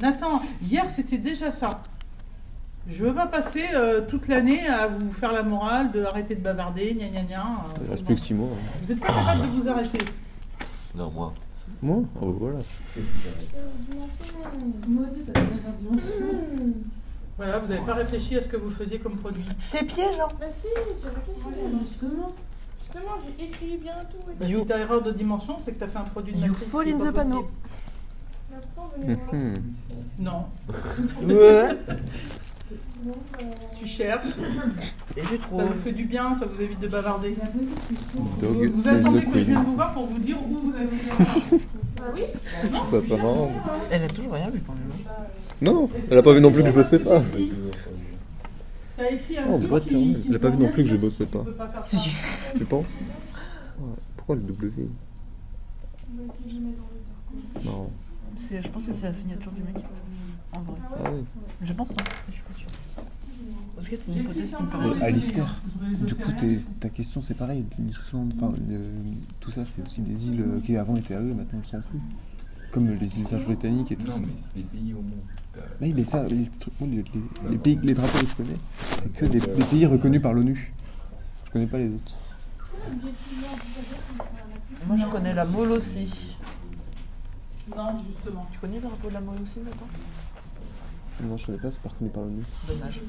Speaker 5: Nathan, hier, c'était déjà ça. Je veux pas passer euh, toute l'année à vous faire la morale, de arrêter de bavarder, gna gna gna. euh,
Speaker 2: Il
Speaker 5: c'est
Speaker 2: reste
Speaker 5: bon.
Speaker 2: plus que 6 mois. hein.
Speaker 5: Vous n'êtes pas capable de vous arrêter.
Speaker 3: Non, moi.
Speaker 2: Moi Oh, voilà.
Speaker 5: Voilà, vous n'avez pas réfléchi à ce que vous faisiez comme produit.
Speaker 4: C'est piège, hein
Speaker 6: Bah si, j'ai réfléchi. Justement, j'ai écrit bien tout. et tout.
Speaker 5: Bah,
Speaker 4: You-
Speaker 5: si t'as erreur de dimension, c'est que t'as fait un produit de
Speaker 4: You
Speaker 5: matrice
Speaker 4: fall
Speaker 5: qui est
Speaker 4: in
Speaker 5: pas
Speaker 4: the panneau.
Speaker 5: possible.
Speaker 6: La preuve, elle est
Speaker 5: Hum,
Speaker 4: Mhm.
Speaker 6: dans la-
Speaker 2: Hmm.
Speaker 5: Non,
Speaker 4: Ouais.
Speaker 6: euh,
Speaker 5: tu cherches,
Speaker 4: Et je
Speaker 5: ça
Speaker 4: trouve.
Speaker 5: vous fait du bien, ça vous évite de bavarder.
Speaker 2: Dog,
Speaker 5: Vous
Speaker 2: save
Speaker 5: attendez
Speaker 2: the
Speaker 5: que je vienne
Speaker 2: queen.
Speaker 5: vous voir pour vous dire où vous avez fait erreur.
Speaker 6: Bah oui,
Speaker 2: Je trouve ça pas marrant.
Speaker 4: Elle a toujours rien vu quand même. hein.
Speaker 2: Non, elle a pas vu non plus que je bossais pas.
Speaker 5: T'as écrit un
Speaker 2: Oh,
Speaker 5: truc
Speaker 2: boîte,
Speaker 5: qui-
Speaker 2: hein.
Speaker 5: qui
Speaker 2: Il a pas vu
Speaker 5: prend
Speaker 2: non plus que je
Speaker 5: bien,
Speaker 2: bossais
Speaker 5: tu
Speaker 2: pas.
Speaker 5: peux pas faire
Speaker 4: Si,
Speaker 5: ça.
Speaker 4: si.
Speaker 2: Tu penses Ouais, Pourquoi le W
Speaker 6: Bah, si je mets dans le temps.
Speaker 2: Non.
Speaker 4: C'est- Je pense que c'est la signature du mec. En vrai.
Speaker 2: Ah oui.
Speaker 4: Je pense, hein. Je suis pas sûre. En tout cas, c'est une
Speaker 5: J'ai
Speaker 4: hypothèse
Speaker 5: fait
Speaker 4: qui me
Speaker 5: ça, hein.
Speaker 4: paraît.
Speaker 5: moi.
Speaker 2: Alistair,
Speaker 5: Je
Speaker 2: du coup,
Speaker 5: ferai-
Speaker 2: t'es- ta question c'est pareil. L'Islande, enfin, euh, tout ça, c'est aussi des îles euh, qui avant étaient à eux, maintenant ne sont plus. Comme les îles Vierges britanniques et tout ça.
Speaker 10: Non, mais c'est des pays au monde.
Speaker 2: Mais les, ça, les, trucs- moi, les, les- les pays, les drapeaux que je connais, c'est que des, des pays reconnus par l'ONU. Je connais pas les autres.
Speaker 4: Moi, je connais la molle aussi.
Speaker 5: Non, justement.
Speaker 4: Tu connais le drapeau de la molle aussi, maintenant
Speaker 2: Non, je connais pas, c'est pas reconnu par l'ONU.
Speaker 4: Dommage.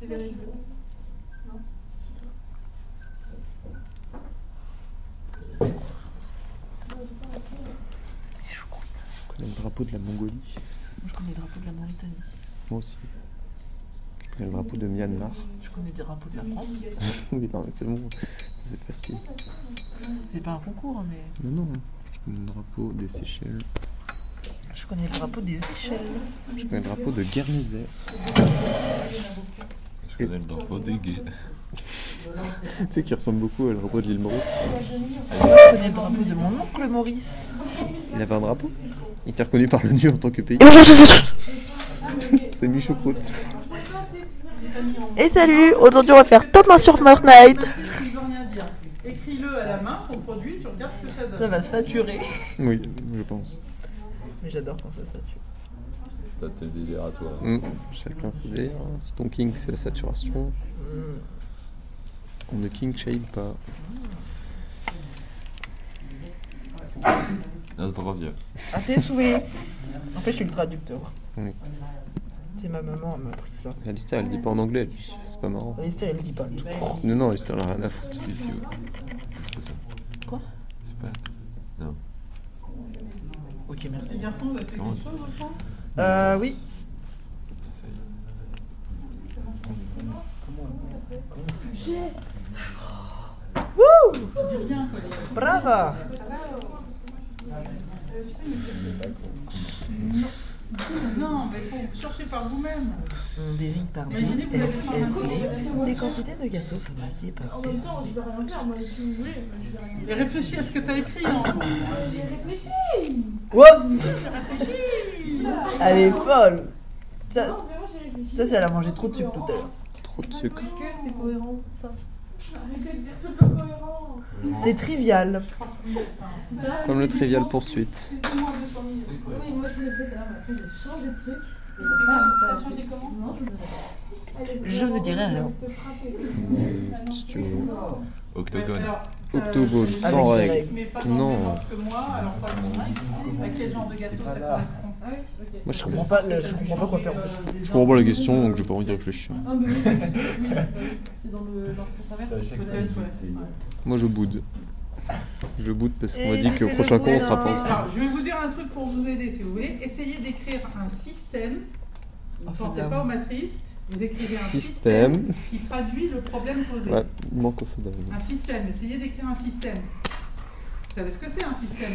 Speaker 6: C'est véridique.
Speaker 2: Je connais le drapeau de la Mongolie.
Speaker 4: Je connais le drapeau de la Mauritanie.
Speaker 2: Moi aussi. Je connais le drapeau de Myanmar.
Speaker 4: Je connais des drapeaux de la France.
Speaker 2: Oui, non, mais c'est bon. C'est facile.
Speaker 4: C'est pas un concours, hein, mais.
Speaker 2: Mais non, je connais le drapeau des Seychelles.
Speaker 4: Je connais le drapeau des Seychelles.
Speaker 2: Je connais le drapeau de Guernesey.
Speaker 3: Je connais le drapeau des gays.
Speaker 2: Tu sais, qui ressemble beaucoup au drapeau de l'île Maurice.
Speaker 4: Je connais le drapeau de mon oncle Maurice.
Speaker 2: Il avait un drapeau Il était reconnu par l'ONU en tant que pays. c'est Michou Prout.
Speaker 1: Et salut Aujourd'hui, on va faire top 1 sur Fortnite
Speaker 5: Matrice, il veut rien dire. Écris-le à la main, ton produit, tu regardes ce que ça donne.
Speaker 4: Ça va saturer.
Speaker 2: Oui, je pense.
Speaker 4: Mais j'adore quand ça sature.
Speaker 3: T'as tes délires à toi.
Speaker 2: Mm. Chacun ses délires. hein. Si ton king, c'est la saturation.
Speaker 4: Mm.
Speaker 2: On ne king shade pas.
Speaker 3: Nazdravia.
Speaker 4: À Ah, tes souhaits. En fait, je suis le traducteur.
Speaker 2: Oui.
Speaker 4: C'est ma maman, elle m'a pris ça.
Speaker 2: Alistair, elle dit pas en anglais, elle dit, c'est pas marrant.
Speaker 4: Alistair, il dit pas tout.
Speaker 2: Non, non, Alistair, elle a rien à foutre.
Speaker 3: Ici, ouais.
Speaker 4: Quoi
Speaker 3: C'est pas. Non.
Speaker 4: Ok,
Speaker 5: Les
Speaker 4: merci.
Speaker 5: garçons, vous avez fait
Speaker 3: Comment
Speaker 5: quelque chose au fond
Speaker 4: Euh, oui.
Speaker 3: Essaye.
Speaker 5: Dis rien, quoi, les gars.
Speaker 4: Brava
Speaker 5: Non, mais faut chercher par vous-même.
Speaker 4: on désigne par
Speaker 5: Imaginez, vous avez fait un
Speaker 4: DSSB les quantités de gâteaux fabriqués par
Speaker 6: En même temps, je vais rien faire, moi, si vous voulez. moi, je vais rien
Speaker 5: Et réfléchis à ce que tu as écrit. hein.
Speaker 6: faire. J'ai réfléchi.
Speaker 4: Elle est folle Ça,
Speaker 6: Non, vraiment, j'ai réfléchi.
Speaker 4: ça c'est elle a mangé trop de sucre tout à l'heure.
Speaker 2: Trop de sucre.
Speaker 6: Est-ce que c'est cohérent, ça Arrêtez de dire tout le temps cohérent.
Speaker 4: C'est trivial.
Speaker 2: Comme le trivial poursuite.
Speaker 6: C'est tout moins de 200 000. Oui, moi, je l'ai fait là, mais après, j'ai changé de truc. T'as Ah, changé comment Non,
Speaker 4: Je ne dirai rien.
Speaker 6: je te frappe.
Speaker 2: Si tu veux.
Speaker 3: Octogone.
Speaker 5: Alors, euh,
Speaker 2: Octogone,
Speaker 5: je-
Speaker 2: sans
Speaker 4: Avec
Speaker 2: règles.
Speaker 5: Mais pas
Speaker 2: Non.
Speaker 5: dans le même ordre que moi, alors pas le même. À quel genre de gâteau ça correspond Ah oui, ok.
Speaker 2: Moi je
Speaker 4: Je comprends pas, le- je comprends pas quoi faire. en fait.
Speaker 2: Je comprends pas la question donc j'ai pas envie d'y réfléchir.
Speaker 5: euh, Ah, mais oui, oui, oui, c'est dans le dans ce sens inverse, peut-être. ouais.
Speaker 2: Moi je boude. Je boude parce qu'on m'a
Speaker 4: Et
Speaker 2: dit
Speaker 4: tu
Speaker 2: qu'au
Speaker 4: fais
Speaker 2: prochain
Speaker 4: le
Speaker 2: cours on sera
Speaker 4: poulain.
Speaker 2: pas ensemble.
Speaker 5: Alors, je vais vous dire un truc pour vous aider si vous voulez. Essayez d'écrire un système. Vous
Speaker 4: Ah,
Speaker 5: ne pensez
Speaker 4: faisable.
Speaker 5: pas aux matrices. Vous écrivez un système,
Speaker 2: Système.
Speaker 5: qui traduit le problème posé.
Speaker 2: Ouais, il manque au feu d'avenir.
Speaker 5: Un système. Essayez d'écrire un système. Vous savez ce que c'est un système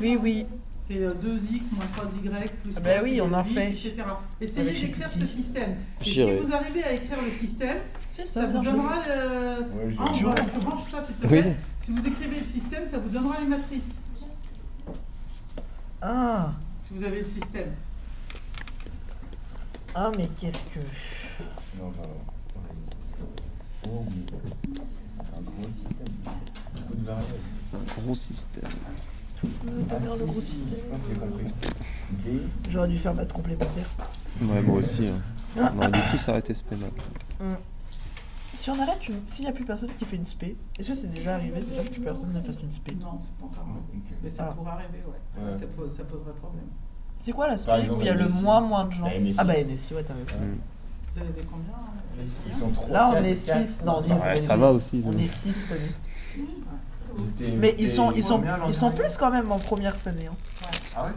Speaker 4: Oui, oui.
Speaker 5: C'est euh, 2x moins 3y plus
Speaker 4: Ah bah oui, on en
Speaker 5: 4y,
Speaker 4: fait.
Speaker 5: etc. Essayez
Speaker 4: Avec
Speaker 5: d'écrire ce
Speaker 4: Jupiter.
Speaker 5: système. Et si
Speaker 2: J'irai.
Speaker 5: vous arrivez à écrire le système,
Speaker 4: C'est
Speaker 5: ça vous donnera le.
Speaker 10: Ouais, j'ai-
Speaker 5: Ah, on va- je range ça, s'il te
Speaker 2: Oui.
Speaker 5: plaît. Si vous écrivez le système, ça vous donnera les matrices.
Speaker 4: Ah,
Speaker 5: Si vous avez le système.
Speaker 4: ah mais qu'est-ce que...
Speaker 10: Non, bah, ouais. Oh, mais c'est un gros système. Beaucoup de variables.
Speaker 2: Gros système.
Speaker 4: T'as
Speaker 10: Ah,
Speaker 4: le
Speaker 10: si,
Speaker 4: gros
Speaker 10: si,
Speaker 4: système.
Speaker 10: je pense que j'ai compris. Des-
Speaker 4: J'aurais dû faire maths complémentaire.
Speaker 2: Ouais, moi aussi. hein. On aurait dû tous arrêter ce pénal.
Speaker 4: Si on arrête, une- s'il n'y a plus personne qui fait une spé, est-ce que c'est déjà arrivé déjà que plus personne ne fasse une spé
Speaker 5: Non, c'est pas encore. arrivé. Mais ça
Speaker 4: Ah.
Speaker 5: pourrait arriver, ouais.
Speaker 10: Ouais.
Speaker 5: Ça, pose- ça poserait problème.
Speaker 4: C'est quoi la
Speaker 10: Par
Speaker 4: spé
Speaker 10: exemple,
Speaker 4: où il y a le
Speaker 10: NSI.
Speaker 4: moins moins de gens
Speaker 10: La NSI.
Speaker 4: Ah bah NSI, ouais, t'as raison.
Speaker 5: Vous avez combien hein
Speaker 10: Ils sont trois,
Speaker 4: Là, on
Speaker 10: quatre,
Speaker 4: est
Speaker 10: quatre,
Speaker 4: 6. Non, on est- on
Speaker 2: Ouais,
Speaker 4: est-
Speaker 2: ça va aussi. ils ont-
Speaker 4: On est 6 cette année.
Speaker 10: Ils étaient-
Speaker 4: Mais
Speaker 10: étaient-
Speaker 4: ils sont, ils sont,
Speaker 10: combien, j'en
Speaker 4: ils
Speaker 10: sais
Speaker 4: sont
Speaker 10: rien.
Speaker 4: plus quand même en première cette année. hein.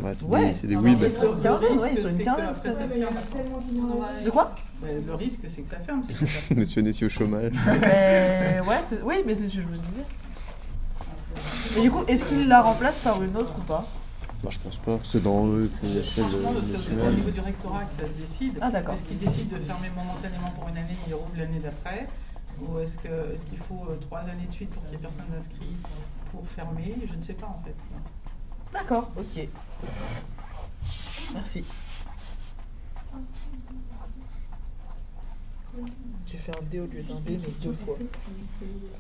Speaker 2: Ouais, c'est
Speaker 4: Ouais.
Speaker 2: des, c'est des
Speaker 5: Ah
Speaker 2: bah.
Speaker 5: Non,
Speaker 2: weebs.
Speaker 5: mais le- le
Speaker 4: Quinzaine,
Speaker 5: risque,
Speaker 4: ouais, ils sont une
Speaker 5: c'est que
Speaker 4: quinzaine,
Speaker 5: après,
Speaker 4: cette
Speaker 5: ça
Speaker 4: année.
Speaker 5: ferme.
Speaker 6: Tellement qu'il y en a.
Speaker 4: De quoi
Speaker 5: Mais Le risque, c'est que ça ferme. c'est sûr.
Speaker 2: Monsieur Nessie au chômage.
Speaker 4: Euh, ouais, c'est- Oui, mais c'est ce que je me disais. Et du coup, est-ce qu'il la remplace par une autre ou pas
Speaker 2: Bah, je pense pas. C'est dans eux, c'est la chaîne euh,
Speaker 5: Franchement,
Speaker 2: de-
Speaker 5: c'est
Speaker 2: de
Speaker 5: c'est au
Speaker 2: chômage.
Speaker 5: niveau du rectorat que ça se décide.
Speaker 4: Ah, d'accord.
Speaker 5: Est-ce qu'ils décident de fermer momentanément pour une année, ils rouvrent l'année d'après Ou est-ce qu'il est qu'il faut euh, trois années de suite pour qu'il n'y ait personne d'inscrit pour fermer Je ne sais pas en fait.
Speaker 4: D'accord, ok. Merci. J'ai fait un D au lieu d'un B, mais deux fois.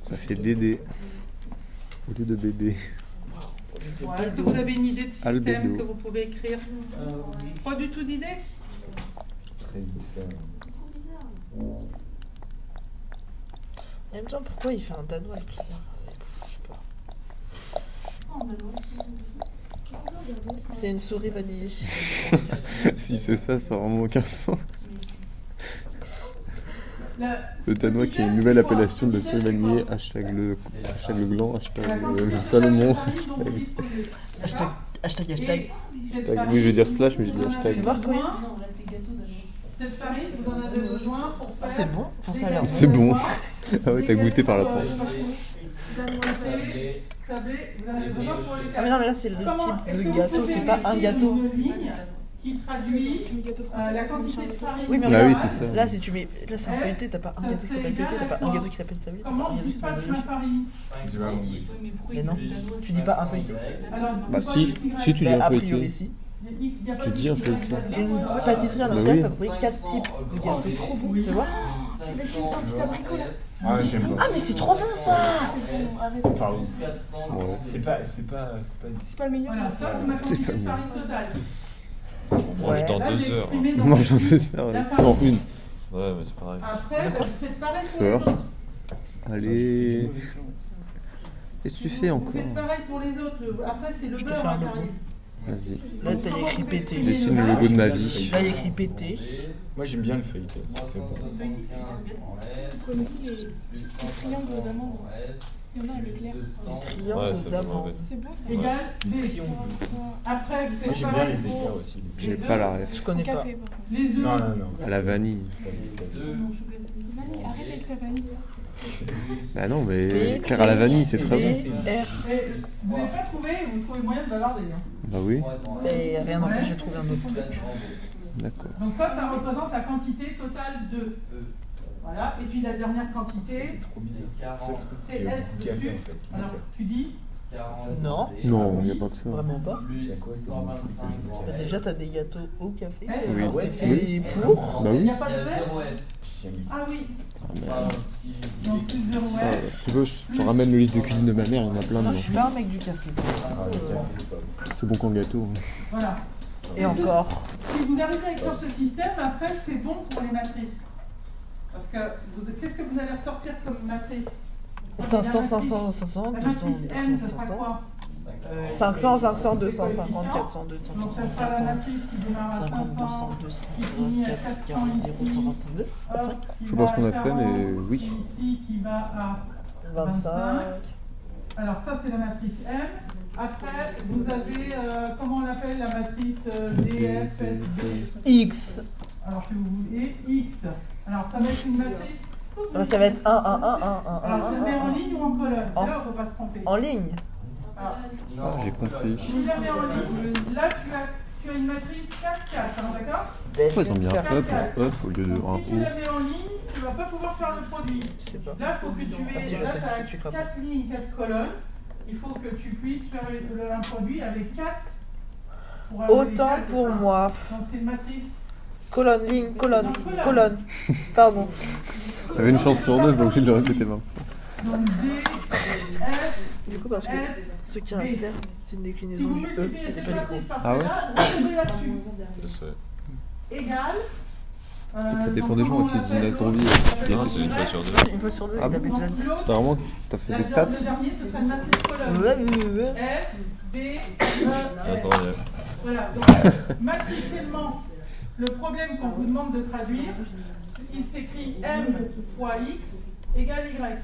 Speaker 2: Ça fait DD. Au lieu de BD.
Speaker 5: Ouais, Est-ce que vous avez une idée de système
Speaker 2: Albedo.
Speaker 5: que vous pouvez écrire Euh, Pas du tout d'idée
Speaker 10: Très différent.
Speaker 4: En même temps, pourquoi il fait un danois avec le- Je sais pas. C'est une souris vanillée.
Speaker 2: si c'est ça, ça a vraiment aucun sens.
Speaker 5: La-
Speaker 2: Le Danois qui est une nouvelle appellation de souris vanillée, hashtag le, hashtag le gland, hashtag le, le Euh, Salomon.
Speaker 5: Hashtag.
Speaker 4: Hashtag hashtag.
Speaker 2: Hashtag- oui, je vais dire slash, mais je dis hashtag.
Speaker 4: Fais voir, Corinne.
Speaker 5: Cette farine, vous en avez besoin pour faire.
Speaker 4: Ah, C'est bon Enfin, ça a l'air.
Speaker 2: C'est bon. Ah ouais, t'as goûté par la pince.
Speaker 5: Sablé, sablé, euh, vous en avez besoin pour les
Speaker 4: Ah, mais non, mais là, c'est le type
Speaker 5: Comment est-ce que
Speaker 4: de
Speaker 5: vous
Speaker 4: gâteau,
Speaker 5: pouvez
Speaker 4: c'est pas un
Speaker 5: écrire
Speaker 4: gâteau.
Speaker 5: Une ligne qui traduit euh, la quantité de farine.
Speaker 4: Oui, mais
Speaker 2: Bah
Speaker 4: regarde,
Speaker 2: oui, c'est ça.
Speaker 4: là, si tu mets. Là, c'est un feuilleté, t'as pas un
Speaker 5: Ça
Speaker 4: gâteau qui
Speaker 5: serait
Speaker 4: s'appelle feuilleté,
Speaker 5: égal
Speaker 4: t'as
Speaker 5: à
Speaker 4: pas un
Speaker 5: quoi
Speaker 4: gâteau qui s'appelle sablé, t'as pas
Speaker 5: Comment
Speaker 4: un
Speaker 5: on
Speaker 4: gâteau qui s'appelle
Speaker 5: dispatche ma
Speaker 4: brioche.
Speaker 5: farine
Speaker 4: Mais non, tu dis pas un feuilleté.
Speaker 5: Alors,
Speaker 2: Bah
Speaker 5: c'est
Speaker 2: si,
Speaker 5: pas Y.
Speaker 3: si tu
Speaker 4: Bah,
Speaker 3: l'as
Speaker 4: a
Speaker 3: feuilleté.
Speaker 4: Bah, priori, si.
Speaker 5: Il y a X, il y a pas
Speaker 3: Tu
Speaker 5: de
Speaker 3: dis un
Speaker 5: Y,
Speaker 3: feuilleté.
Speaker 5: il y a de la-
Speaker 4: Une pâtisserie
Speaker 2: Bah
Speaker 4: industrielle fabrique 4 types de gâteaux.
Speaker 6: c'est trop bon.
Speaker 4: Fais voir.
Speaker 9: C'est
Speaker 10: Ah, j'aime
Speaker 4: Ah,
Speaker 10: pas.
Speaker 4: mais c'est trop bon ça
Speaker 10: C'est pas ouf.
Speaker 2: Ouais.
Speaker 10: C'est pas. C'est pas. C'est pas.
Speaker 6: C'est pas le meilleur.
Speaker 5: Voilà, ça c'est ma
Speaker 2: C'est pas
Speaker 5: quantité de
Speaker 2: bien.
Speaker 5: farine totale.
Speaker 3: On mange
Speaker 4: Ouais.
Speaker 3: dans
Speaker 5: Là,
Speaker 3: deux
Speaker 5: j'ai
Speaker 3: heures. hein.
Speaker 5: exprimé
Speaker 2: On
Speaker 5: dans-
Speaker 2: mange en deux heures. ouais. Non, une.
Speaker 3: Ouais, mais c'est pareil.
Speaker 4: Ah,
Speaker 5: Après, bah, vous faites pareil pour les
Speaker 2: Fleur.
Speaker 5: autres.
Speaker 2: Allez. Qu'est-ce que tu fais
Speaker 5: Vous
Speaker 2: encore
Speaker 5: faites pareil pour les autres. Après, c'est le
Speaker 4: Je te
Speaker 5: beurre hein,
Speaker 4: fais un
Speaker 5: qui
Speaker 4: logo.
Speaker 5: arrive.
Speaker 2: Vas-y.
Speaker 4: Là, t'as écrit pété.
Speaker 2: Dessine le logo de ma vie.
Speaker 4: Là, il y a écrit pété.
Speaker 10: Moi, j'aime bien le feuilleté. C'est bon.
Speaker 6: Vous connaissez les, les triangles aux amandes Il y en a un éclair.
Speaker 4: Les
Speaker 3: Ouais,
Speaker 4: triangles
Speaker 3: c'est
Speaker 4: aux
Speaker 3: bon, en
Speaker 4: amandes.
Speaker 3: fait.
Speaker 6: C'est bon, ça.
Speaker 5: Égal B. Après, vous
Speaker 10: Moi,
Speaker 5: faites
Speaker 10: j'aime bien
Speaker 5: pareil
Speaker 10: les éclairs
Speaker 5: pour
Speaker 10: aussi.
Speaker 2: J'ai pas la ref.
Speaker 4: Je connais pas.
Speaker 6: Café, par contre.
Speaker 5: les
Speaker 10: Non,
Speaker 5: œufs.
Speaker 10: non, non.
Speaker 2: À la vanille.
Speaker 6: Vanille, arrête avec la vanille.
Speaker 2: Bah non, mais éclair à la vanille, c'est très bon.
Speaker 4: D, R.
Speaker 5: Et euh, Vous n'avez pas trouvé, vous trouvez moyen de bavarder. hein.
Speaker 2: Bah oui.
Speaker 4: Et rien n'empêche de trouver un autre truc.
Speaker 2: D'accord.
Speaker 5: Donc ça, ça représente la quantité totale de. E. Voilà, et puis la dernière quantité,
Speaker 9: C'est 40,
Speaker 5: c'est S dessus. Alors, tu dis
Speaker 9: 40.
Speaker 4: Non.
Speaker 2: Non, il n'y a pas que ça.
Speaker 4: Vraiment pas.
Speaker 9: Plus 125.
Speaker 4: Bah, déjà, t'as des gâteaux au café.
Speaker 2: Oui.
Speaker 4: Alors, c'est
Speaker 2: Oui.
Speaker 4: fait
Speaker 2: Eh Oui.
Speaker 4: pour.
Speaker 2: Bah
Speaker 5: Il
Speaker 2: oui.
Speaker 5: n'y a pas
Speaker 9: Il y
Speaker 5: de
Speaker 9: a
Speaker 5: F
Speaker 9: 0 F.
Speaker 5: Ah oui,
Speaker 9: Pardon, si-
Speaker 5: donc plus 0
Speaker 2: Ah,
Speaker 5: F.
Speaker 2: si tu veux, je, je ramène le livre de cuisine de ma mère, il y en a plein
Speaker 4: Non, je suis
Speaker 2: dedans.
Speaker 4: pas un mec du café.
Speaker 2: C'est bon qu'en gâteau. hein.
Speaker 5: Voilà.
Speaker 4: Euh, Et encore.
Speaker 5: Si vous arrivez à écrire ce système, après, c'est bon pour les matrices. Parce que vous- qu'est-ce que vous allez ressortir comme matrice
Speaker 4: 500,
Speaker 5: La matrice-
Speaker 4: 500, 500,
Speaker 5: La
Speaker 4: 200,
Speaker 5: matrice N,
Speaker 4: 200,
Speaker 5: ça sera
Speaker 4: 500.
Speaker 5: quoi Euh,
Speaker 4: 500, 500, 250,
Speaker 5: coefficients.
Speaker 4: 400, 200,
Speaker 5: Donc ça
Speaker 4: 400,
Speaker 5: sera la
Speaker 4: 400,
Speaker 5: matrice qui démarre à
Speaker 4: 50,
Speaker 5: 500.
Speaker 4: 200, 250, 40, 0, 125,
Speaker 5: hop, qui
Speaker 2: Je sais
Speaker 5: va
Speaker 2: pas ce qu'on
Speaker 5: à
Speaker 2: a fait, mais
Speaker 5: 40,
Speaker 2: oui.
Speaker 5: et Ici qui va à
Speaker 4: 25.
Speaker 5: Alors ça c'est la matrice M. Après vous avez euh, comment on l'appelle la matrice euh, DFSB.
Speaker 4: X.
Speaker 5: Alors que vous voulez X. Alors ça va être une matrice.
Speaker 4: Ah, Ça va être 1, 1, 1, 1, 1, 1,
Speaker 5: Alors je
Speaker 4: 1,
Speaker 5: le mets en
Speaker 4: 1, 1.
Speaker 5: ligne ou en colonne. C'est
Speaker 4: Ah, En-
Speaker 5: là où on ne peut pas se tromper.
Speaker 4: En ligne.
Speaker 5: Alors,
Speaker 9: Non,
Speaker 2: Ah, J'ai compris.
Speaker 5: je vous la mets en ligne. Là tu as, tu as une matrice 4-4, hein, d'accord
Speaker 2: Pourquoi ils ont mis un up ou un up au lieu de un
Speaker 5: Donc, si tu
Speaker 2: haut
Speaker 5: la mets en ligne, tu vas pas pouvoir faire le produit.
Speaker 4: Je sais pas.
Speaker 5: Là, il faut que tu aies
Speaker 4: Ah, si, je
Speaker 5: là,
Speaker 4: sais,
Speaker 5: t'as
Speaker 4: je suis crabe.
Speaker 5: quatre lignes, quatre colonnes. Il faut que tu puisses faire le- un produit avec quatre. pour avoir les
Speaker 4: Autant
Speaker 5: quatre,
Speaker 4: pour
Speaker 5: hein.
Speaker 4: moi.
Speaker 5: Donc c'est une matrice.
Speaker 4: Colonne, ligne, colonne, colonne. Pardon.
Speaker 2: J'avais une chance sur deux, je vais obligé de le répéter maintenant.
Speaker 5: Donc D, F,
Speaker 4: Du coup, parce que
Speaker 5: S.
Speaker 4: ce caractère, c'est une
Speaker 5: Si
Speaker 4: déclinaison
Speaker 5: vous
Speaker 4: du E
Speaker 5: multipliez
Speaker 4: et
Speaker 5: cette
Speaker 4: pas du O.
Speaker 5: matrice par
Speaker 2: Ah ouais
Speaker 5: celle-là, vous tombez là-dessus.
Speaker 3: Je sais.
Speaker 5: Égale.
Speaker 2: Peut-être
Speaker 5: euh,
Speaker 2: ça dépend
Speaker 5: donc,
Speaker 2: des gens
Speaker 5: comment
Speaker 2: qui
Speaker 5: on
Speaker 2: font de
Speaker 5: l'appelle
Speaker 2: l'astrobie.
Speaker 5: l'autre
Speaker 3: Non, c'est une fois sur deux.
Speaker 4: Une fois sur deux,
Speaker 2: Ah
Speaker 4: il avait
Speaker 2: bon
Speaker 4: déjà
Speaker 5: Donc
Speaker 4: dit.
Speaker 5: l'autre,
Speaker 2: T'as vraiment t'as fait
Speaker 5: la-
Speaker 2: des
Speaker 5: le
Speaker 2: stats
Speaker 5: dernier, ce serait une matrice colonne.
Speaker 4: Ouais, ouais, ouais.
Speaker 5: F, D, E, S.
Speaker 3: C'est drôle.
Speaker 5: Voilà, donc matriciellement, le problème qu'on vous demande de traduire, c'est qu'il s'écrit M fois X égale Y.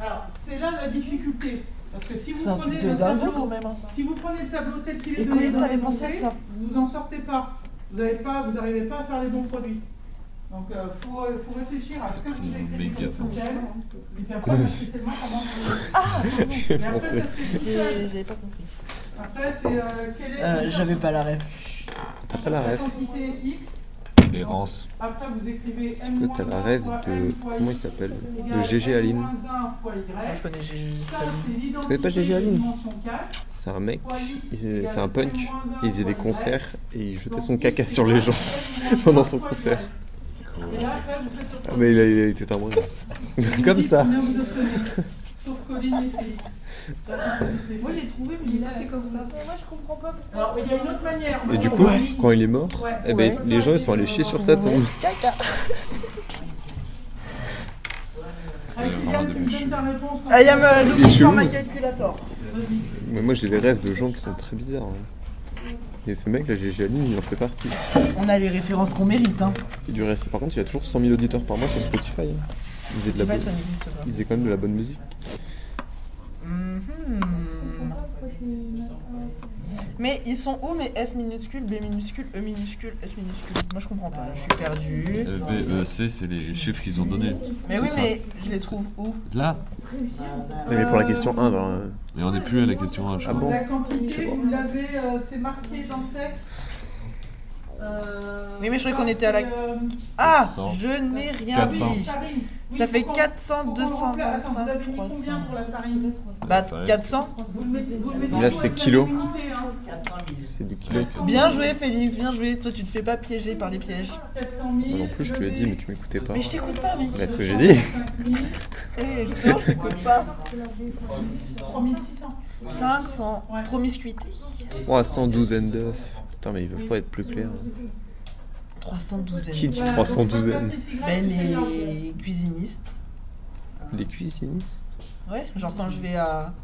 Speaker 5: Alors, c'est là la difficulté. Parce que si vous
Speaker 4: C'est un truc
Speaker 5: prenez
Speaker 4: de
Speaker 5: le
Speaker 4: dingo quand
Speaker 5: tableau,
Speaker 4: même. hein.
Speaker 5: si vous prenez le tableau tel qu'il est
Speaker 4: Et
Speaker 5: donné
Speaker 4: Colline,
Speaker 5: dans les
Speaker 4: t'avais pensé à
Speaker 5: montées,
Speaker 4: ça.
Speaker 5: vous en sortez pas. Vous n'arrivez pas, vous arrivez pas à faire les bons produits. Donc, il faut, euh, faut réfléchir à ce que
Speaker 3: pris
Speaker 5: vous
Speaker 3: une
Speaker 5: écrivez
Speaker 3: méga
Speaker 5: comme système. Et puis après, matriciellement, comment vous...
Speaker 4: Ah, pardon.
Speaker 2: J'ai
Speaker 5: Et après, ça se
Speaker 2: pensé.
Speaker 5: fait tout seul.
Speaker 4: C'est- J'avais pas compris.
Speaker 5: Après, c'est euh, quel est
Speaker 4: Euh,
Speaker 5: le-
Speaker 4: J'avais pas la ref.
Speaker 2: T'as pas la ref.
Speaker 5: quantité X.
Speaker 3: Les rances.
Speaker 5: Après, vous écrivez M
Speaker 2: Toi, T'as la rêve de. Comment il s'appelle De GG Aline.
Speaker 4: Moi, je connais Jésus.
Speaker 5: Ça,
Speaker 4: Salut.
Speaker 5: c'est l'identité
Speaker 2: connais pas GG Aline
Speaker 5: des dimensions 4,
Speaker 2: C'est un mec,
Speaker 5: fois X
Speaker 2: il-
Speaker 5: égale
Speaker 2: c'est un punk.
Speaker 5: M moins un
Speaker 2: Il faisait des
Speaker 5: fois Y.
Speaker 2: concerts et il jetait
Speaker 5: Donc,
Speaker 2: son
Speaker 5: X
Speaker 2: caca
Speaker 5: égale
Speaker 2: sur les gens.
Speaker 5: M moins un
Speaker 2: pendant son
Speaker 5: fois Y.
Speaker 2: concert.
Speaker 5: Et là, après, vous faites le
Speaker 2: Ah,
Speaker 5: produit.
Speaker 2: mais il a, il a été timbré.
Speaker 5: Vous
Speaker 2: Comme
Speaker 5: dites
Speaker 2: ça.
Speaker 5: combien vous obtenez. Sauf Colline et Félix.
Speaker 6: Moi j'ai trouvé, mais j'ai pas fait comme ça. Moi je comprends pas
Speaker 5: Alors, il y a une autre manière.
Speaker 2: Et du
Speaker 5: Maintenant,
Speaker 2: coup,
Speaker 5: on dit-
Speaker 2: quand il est mort,
Speaker 5: Ouais.
Speaker 2: eh ben,
Speaker 4: Ouais.
Speaker 2: les gens ils sont allés chier sur sa tombe.
Speaker 4: Caca.
Speaker 5: Ah, Kylian, tu me donnes ta réponse quand
Speaker 4: I am euh,
Speaker 2: Il est
Speaker 4: looking
Speaker 2: chelou.
Speaker 4: for my calculator.
Speaker 5: Vas-y.
Speaker 2: Mais moi j'ai des rêves de gens qui sont très bizarres. hein. Et ce mec là, GG Aline, il en fait partie.
Speaker 4: On a les références qu'on mérite. Hein.
Speaker 2: Et du reste, par contre, il a toujours 100 000 auditeurs par mois sur Spotify. hein. Il faisait, de
Speaker 4: Tu
Speaker 2: la
Speaker 4: vois,
Speaker 2: bonne...
Speaker 4: ça n'existe pas.
Speaker 2: il faisait quand même de la bonne musique.
Speaker 4: Mhm. Mais ils sont où mes F minuscule, B minuscule, E minuscule, S minuscule Moi je comprends pas, je suis perdue.
Speaker 3: Euh, B, E, C, c'est les chiffres qu'ils ont donnés.
Speaker 4: Mais oui,
Speaker 3: ça.
Speaker 4: mais je les trouve où
Speaker 3: Là
Speaker 2: Non, mais pour la question 1, alors, euh,
Speaker 3: Mais on n'est plus à la question 1, je
Speaker 2: Ah
Speaker 3: crois.
Speaker 2: bon
Speaker 5: La
Speaker 2: Je sais
Speaker 5: quantité,
Speaker 2: pas.
Speaker 5: vous l'avez, euh, c'est marqué dans le texte. Euh,
Speaker 4: Oui, mais je croyais qu'on
Speaker 5: ça,
Speaker 4: était à la-
Speaker 5: c'est, euh,
Speaker 4: Ah
Speaker 3: 400.
Speaker 4: Je n'ai
Speaker 2: Ah
Speaker 4: rien
Speaker 3: 400.
Speaker 4: dit
Speaker 5: ça arrive. Oui,
Speaker 4: Ça fait
Speaker 5: faut qu'on-
Speaker 4: 400,
Speaker 5: faut qu'on remplace. Attends, vous
Speaker 4: 225,
Speaker 5: avez mis combien
Speaker 4: 300.
Speaker 5: pour la farine
Speaker 4: Bah
Speaker 3: Ouais.
Speaker 4: 400
Speaker 5: Vous le mettez, vous le mettez
Speaker 2: Là,
Speaker 5: tout
Speaker 2: c'est
Speaker 5: avec la
Speaker 2: kilo.
Speaker 5: même unité, hein.
Speaker 2: c'est des kilos.
Speaker 4: Bien joué Félix, bien joué, toi tu te fais pas piéger par les pièges.
Speaker 5: 400 000.
Speaker 2: Moi non Ah, plus, je te l'ai dit, mais tu m'écoutais pas.
Speaker 4: Mais je t'écoute pas mec
Speaker 2: Bah, ce que j'ai dit.
Speaker 4: Eh, putain, je t'écoute pas
Speaker 9: 3600.
Speaker 5: 3600.
Speaker 4: 500, promiscuité
Speaker 2: Ouah, 112 n Putain, mais ils veulent pas être plus clairs.
Speaker 4: 312
Speaker 2: Qui
Speaker 4: amis.
Speaker 2: dit
Speaker 5: Voilà,
Speaker 2: 312
Speaker 5: donc,
Speaker 2: n
Speaker 4: Ben les cuisinistes.
Speaker 2: Des cuisinistes
Speaker 4: Ouais, genre quand je vais à...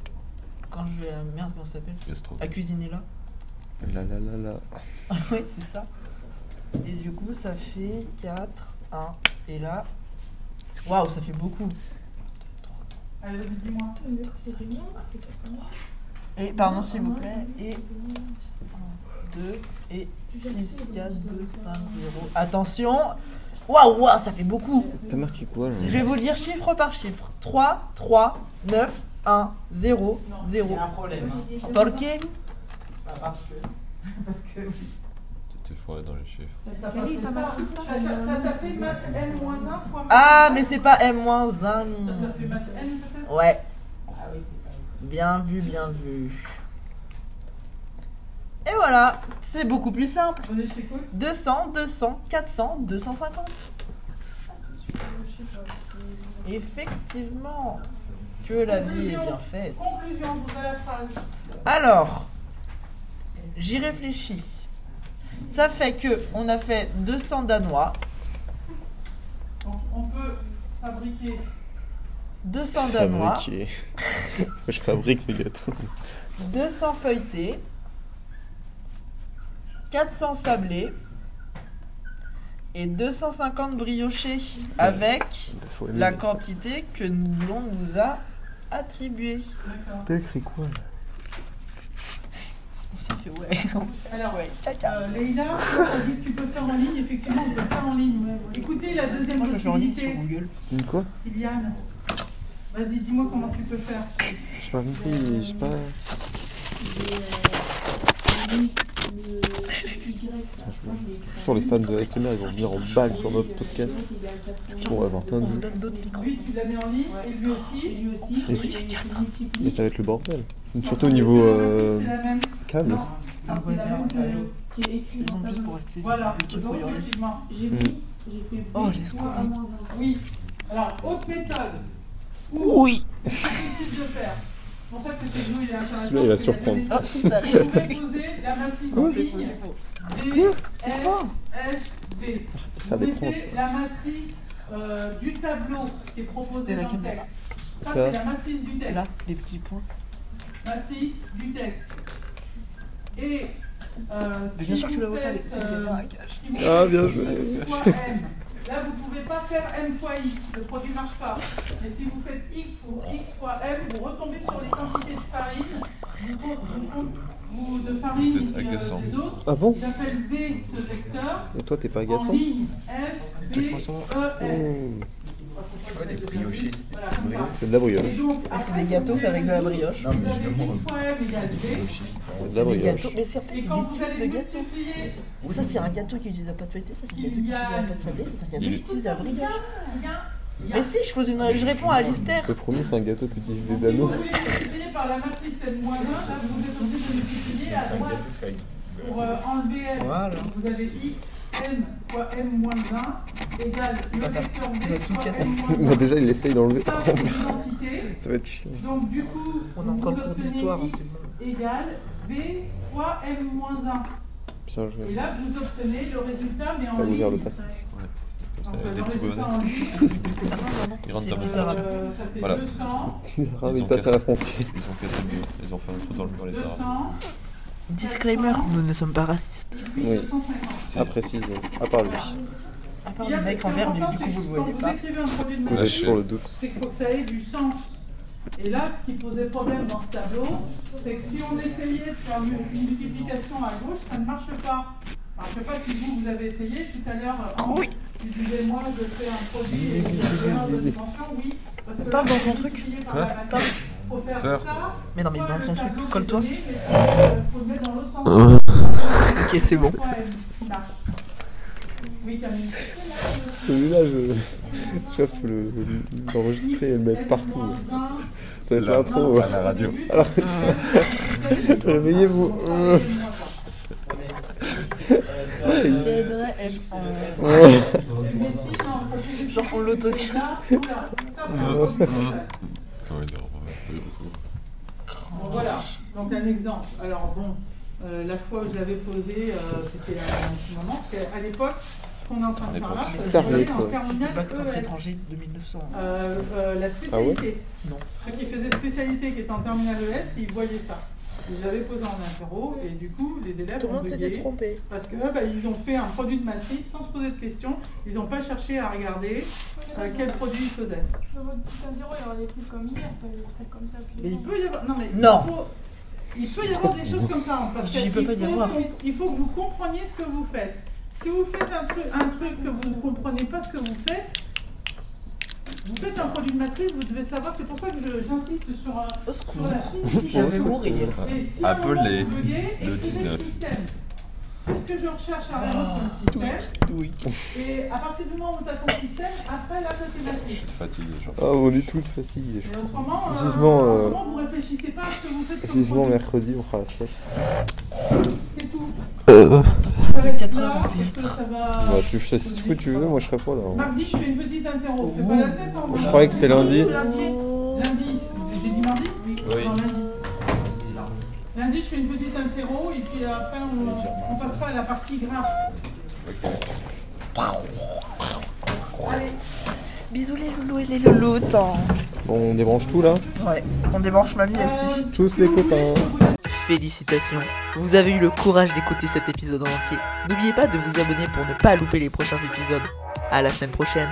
Speaker 4: Quand je vais à... Merde, comment ça s'appelle
Speaker 3: Gastro.
Speaker 4: À cuisiner là
Speaker 2: Là, là, là, là.
Speaker 4: Ouais, c'est ça. Et du coup, ça fait 4, 1. Et là. Waouh, ça fait beaucoup.
Speaker 5: Allez, vas-y, dis-moi.
Speaker 4: Et pardon, s'il vous plaît. Et 2 et 6, 4, 2, 5, 0. Attention. Waouh, waouh, ça fait beaucoup.
Speaker 2: T'as marqué quoi, là
Speaker 4: Je vais vous le lire chiffre par chiffre. 3, 3, 9, 1, 0,
Speaker 5: Non,
Speaker 4: 0.
Speaker 9: Il y a un problème. hein.
Speaker 4: Porque
Speaker 9: Parce que.
Speaker 5: Parce que
Speaker 3: T'es foiré dans les chiffres.
Speaker 5: Ça va
Speaker 6: Cyril,
Speaker 5: faire
Speaker 6: t'as
Speaker 5: ça.
Speaker 6: marqué ça,
Speaker 5: T'as- T'as tapé maths N-1 fois maths.
Speaker 4: Ah, mais c'est pas M-1.
Speaker 5: T'as tapé maths N peut-être
Speaker 4: Ouais,
Speaker 5: Ah oui, c'est pas
Speaker 4: bien vu, bien vu. Et voilà, c'est beaucoup plus simple.
Speaker 5: On est chez quoi
Speaker 4: 200, 200, 400, 250.
Speaker 5: Je sais pas.
Speaker 4: Effectivement, que la vie est bien faite.
Speaker 5: Conclusion, je voudrais la phrase.
Speaker 4: Alors, j'y réfléchis. Ça fait que on a fait 200 danois,
Speaker 5: Donc, on peut fabriquer
Speaker 4: 200 danois,
Speaker 2: Je fabrique les gâteaux.
Speaker 4: 200 feuilletés, 400 sablés et 250 briochés avec
Speaker 2: Faut aimer
Speaker 4: la
Speaker 2: ça.
Speaker 4: quantité que l'on nous a attribuée.
Speaker 2: T'as écrit quoi là
Speaker 5: Alors,
Speaker 4: Ouais,
Speaker 5: euh, Leïla, t'as dit que tu peux faire en ligne, effectivement, on peut le faire en ligne. Écoutez la deuxième
Speaker 4: Moi, je le fais en ligne sur
Speaker 5: possibilité.
Speaker 4: Google.
Speaker 2: Une quoi
Speaker 5: Kylian, vas-y, dis-moi comment tu peux faire.
Speaker 2: J'ai pas compris, j'ai pas. Putain, je- Je suis sûr les fans de ASMR ils vont venir en balle sur notre podcast. On va avoir plein de
Speaker 4: On vous
Speaker 2: vues.
Speaker 4: donne d'autres micros.
Speaker 5: Lui, tu l'as mis en ligne, et lui aussi. Lui aussi.
Speaker 2: Et
Speaker 5: Et tu multiplies.
Speaker 2: Mais ça va être le bordel. Surtout au niveau euh,
Speaker 5: C'est la même.
Speaker 2: câble.
Speaker 4: Ah ouais,
Speaker 5: C'est la même
Speaker 4: merde, sérieux.
Speaker 5: que- qui est écrite
Speaker 4: Ils
Speaker 5: dans
Speaker 4: ont
Speaker 5: ta
Speaker 4: juste
Speaker 5: main.
Speaker 4: pour assister
Speaker 5: Voilà,
Speaker 4: le truc
Speaker 5: donc
Speaker 4: pour y aller.
Speaker 5: effectivement. J'ai
Speaker 2: Mm.
Speaker 5: pris, j'ai fait
Speaker 4: Oh,
Speaker 5: B
Speaker 4: les
Speaker 5: fois
Speaker 4: scories.
Speaker 5: un moins un. Oui.
Speaker 11: Alors, autre méthode.
Speaker 4: Oui
Speaker 5: difficile de faire. C'est pour ça que c'était nous, il est intéressant.
Speaker 2: Celui-là, il va
Speaker 5: parce qu'il y a
Speaker 2: surprendre.
Speaker 5: des-
Speaker 4: Oh, c'est ça.
Speaker 5: Vous pouvez poser la matrice en ligne D,
Speaker 4: C'est
Speaker 5: F,
Speaker 4: fort
Speaker 5: S, B.
Speaker 2: Faire
Speaker 5: Vous
Speaker 2: des
Speaker 5: mettez la matrice euh, du tableau qui est proposé
Speaker 4: C'était la
Speaker 5: dans le
Speaker 4: caméra.
Speaker 5: texte. Ça,
Speaker 2: Ça.
Speaker 5: c'est la matrice du texte.
Speaker 4: Là, les petits points.
Speaker 5: Matrice du texte. Et euh,
Speaker 4: Mais
Speaker 5: si
Speaker 4: bien sûr que tu la
Speaker 5: vous
Speaker 4: vois pas, les
Speaker 5: faites,
Speaker 4: petits
Speaker 5: euh,
Speaker 4: marécages.
Speaker 5: si vous
Speaker 2: Ah bien joué
Speaker 5: faites fois M, là vous ne pouvez pas faire M fois X, le produit ne marche pas. Mais si vous faites X ou X fois M, vous retombez sur les quantités de farine, vous, com- vous, com- vous- de farine
Speaker 12: Vous êtes
Speaker 5: et puis, euh,
Speaker 12: agaçant.
Speaker 5: des autres.
Speaker 2: Ah bon
Speaker 5: J'appelle B ce vecteur
Speaker 2: Et toi t'es pas
Speaker 5: en
Speaker 2: agaçant
Speaker 5: ligne F, B, E, S.
Speaker 2: Mmh.
Speaker 5: des brioches Voilà, comme ça.
Speaker 2: C'est de la hein,
Speaker 5: Et
Speaker 2: brioche.
Speaker 5: donc,
Speaker 4: Ah, c'est
Speaker 5: après,
Speaker 4: des
Speaker 5: si
Speaker 4: gâteaux
Speaker 5: vous
Speaker 4: faits avec de la
Speaker 5: faites
Speaker 4: brioche.
Speaker 13: Non, mais
Speaker 5: Vous
Speaker 13: je
Speaker 5: avez
Speaker 13: demande.
Speaker 5: X fois M égale B.
Speaker 2: C'est de Ah, la
Speaker 4: Des
Speaker 2: brioche.
Speaker 4: gâteaux, mais c'est en fait
Speaker 5: Et
Speaker 4: des
Speaker 5: quand vous
Speaker 4: types de
Speaker 5: allez
Speaker 4: gâteaux. Oh,
Speaker 5: multiplier,
Speaker 4: Ça, c'est un gâteau qui utilise la pâte feuilletée, ça, c'est un gâteau qui utilise la pâte sablée, ça, c'est un gâteau
Speaker 3: Il
Speaker 4: qui
Speaker 3: est-
Speaker 4: utilise la brioche.
Speaker 5: rien.
Speaker 4: Mais si, je, pose une... je réponds à Alistair.
Speaker 2: Le premier c'est un gâteau qui utilise des
Speaker 5: Si vous
Speaker 2: anneaux.
Speaker 5: voulez multiplier par la matrice N-1, là vous êtes obligé de multiplier à droite pour euh, enlever M.
Speaker 4: Voilà.
Speaker 5: Donc, Vous avez X, M fois M-1 égale le vecteur
Speaker 4: va
Speaker 5: B
Speaker 4: tout
Speaker 5: fois
Speaker 4: casser.
Speaker 2: Bah
Speaker 5: M-1.
Speaker 2: déjà il essaye d'enlever.
Speaker 5: Ça c'est l'identité.
Speaker 2: Ça va être chiant.
Speaker 5: Donc du coup,
Speaker 4: On a encore
Speaker 5: vous
Speaker 4: le cours
Speaker 5: obtenez
Speaker 4: d'histoire, hein,
Speaker 5: X
Speaker 4: c'est bon.
Speaker 5: égale B fois M-1.
Speaker 2: Bien
Speaker 5: Et
Speaker 2: joué.
Speaker 5: là vous obtenez le résultat mais en
Speaker 2: T'as ouvert le
Speaker 5: ligne.
Speaker 2: passage.
Speaker 3: Comme ça,
Speaker 4: Ah, bah,
Speaker 5: Donc, le
Speaker 3: des petits
Speaker 5: résultat
Speaker 3: bonheurs.
Speaker 5: en ligne,
Speaker 3: Ils rentrent
Speaker 4: C'est
Speaker 3: dans
Speaker 4: bizarre.
Speaker 3: le
Speaker 5: euh, ça fait
Speaker 3: Voilà.
Speaker 5: 200,
Speaker 2: Ah, mais il passe à la frontière.
Speaker 3: Ils ont cassé le mur. Ils ont fait un trou dans le mur, les arabes.
Speaker 5: 200
Speaker 14: Disclaimer, nous ne sommes pas racistes.
Speaker 5: et puis
Speaker 2: Oui.
Speaker 5: 250.
Speaker 3: C'est-
Speaker 2: Ah précise. À part lui.
Speaker 4: À part le mec en vert, mais du coup, vous le voyez
Speaker 5: Quand
Speaker 4: pas.
Speaker 5: vous écrivez un produit de
Speaker 3: Ah,
Speaker 2: Vous avez
Speaker 5: magie,
Speaker 2: toujours le doute.
Speaker 5: c'est qu'il faut que ça ait du sens. Et là, ce qui posait problème dans ce tableau, c'est que si on essayait de faire une une multiplication à gauche, ça ne marche pas. Alors, je ne sais pas si vous, vous avez essayé tout à l'heure. euh,
Speaker 14: Oui.
Speaker 5: Tu disais, moi, je fais un produit et je fais un de dimension, oui. Parce que
Speaker 4: Parle
Speaker 5: là,
Speaker 4: dans ton
Speaker 5: multiplié par la matrice, faut faire
Speaker 12: Faire.
Speaker 5: ça.
Speaker 4: Mais non, mais
Speaker 5: soit
Speaker 4: dans
Speaker 5: le
Speaker 4: son truc,
Speaker 5: tableau qui est
Speaker 4: colle-toi.
Speaker 5: donné, mais faut- faut le mettre dans l'autre sens.
Speaker 14: Ok, c'est bon.
Speaker 5: Ouais, là. Oui, Camille.
Speaker 2: Celui-là, je. Je vais le l'enregistrer et le mettre partout. Ça va être
Speaker 3: Là.
Speaker 2: l'intro.
Speaker 5: Ah,
Speaker 3: À la radio.
Speaker 2: Alors, réveillez-vous. Euh,
Speaker 4: Cédre F. en-
Speaker 5: Genre
Speaker 4: on l'autotune.
Speaker 3: Quand il est en bas,
Speaker 5: Voilà, donc un exemple. Alors bon, euh, la fois où je l'avais posé, euh, c'était à un petit moment, parce qu'à l'époque, ce qu'on est en train de faire là,
Speaker 4: Mais
Speaker 5: ça
Speaker 4: ça,
Speaker 5: se
Speaker 4: c'est
Speaker 5: voyait
Speaker 2: pas l'époque.
Speaker 5: en
Speaker 4: euh, C'est
Speaker 5: terminale
Speaker 4: pas que c'est entre
Speaker 5: ES.
Speaker 4: étrangers de 1900. hein.
Speaker 5: Euh, euh, la spécialité.
Speaker 4: Non.
Speaker 5: Ceux qui faisaient spécialité, qui étaient en terminale ES, ils voyaient ça. Et je l'avais posé en interro, et du coup, les élèves
Speaker 4: Tout le
Speaker 5: ont
Speaker 4: monde s'était
Speaker 5: bugué.
Speaker 4: trompé.
Speaker 5: Parce que bah, ils ont fait un produit de matrice sans se poser de questions. Ils n'ont pas cherché à regarder euh, quel produit ils faisaient.
Speaker 6: Dans votre petit interro, il y aura des trucs comme hier, pas des trucs comme ça. puis
Speaker 5: Mais il
Speaker 6: bon.
Speaker 5: peut y avoir. Non, mais il
Speaker 4: Non.
Speaker 5: faut- Il peut y avoir des choses comme ça. hein, Parce
Speaker 4: Il
Speaker 5: qu'il
Speaker 4: peut pas y
Speaker 5: faut
Speaker 4: avoir.
Speaker 5: qu'on- Il faut que vous compreniez ce que vous faites. Si vous faites un truc, un truc que vous ne comprenez pas ce que vous faites, vous faites un produit de matrice, vous devez savoir. C'est pour ça que je- j'insiste sur, euh,
Speaker 4: Au secours.
Speaker 5: sur la signification.
Speaker 4: Je vais mourir.
Speaker 5: Et si à un moment
Speaker 3: Appelez
Speaker 5: vous buguez,
Speaker 3: le
Speaker 5: écrivez
Speaker 3: 19.
Speaker 5: système. qu'est-ce que je recherche à résoudre comme système Et à partir du moment où tu as ton système, après là, tu thématique.
Speaker 3: Fatigué, genre.
Speaker 2: Ah, on est tous fatigués.
Speaker 5: Mais autrement, euh,
Speaker 2: Vivement, euh,
Speaker 5: autrement, vous réfléchissez pas à ce que vous faites comme
Speaker 2: Vivement
Speaker 5: produit.
Speaker 2: mercredi, on fera la sieste.
Speaker 5: C'est tout.
Speaker 2: Euh,
Speaker 15: Ça va être 4 heures en
Speaker 5: Est-ce que ça va-
Speaker 2: Bah, tu fais ce que tu veux, moi je serai pas là. hein.
Speaker 5: Mardi, je fais une petite interro. Fais pas la tête, hein,
Speaker 2: Je
Speaker 5: voilà.
Speaker 2: croyais que c'était lundi.
Speaker 5: Lundi, j'ai dit mardi
Speaker 3: Oui.
Speaker 5: Non, lundi. Lundi, je fais une petite interro et puis après, on, on passera à la partie grave.
Speaker 15: Bisous les loulous et les louloutes. hein.
Speaker 2: Bon, on débranche tout là.
Speaker 15: Ouais, on débranche mamie aussi.
Speaker 2: Tous les copains.
Speaker 4: Félicitations, vous avez eu le courage d'écouter cet épisode en entier. N'oubliez pas de vous abonner pour ne pas louper les prochains épisodes. À la semaine prochaine.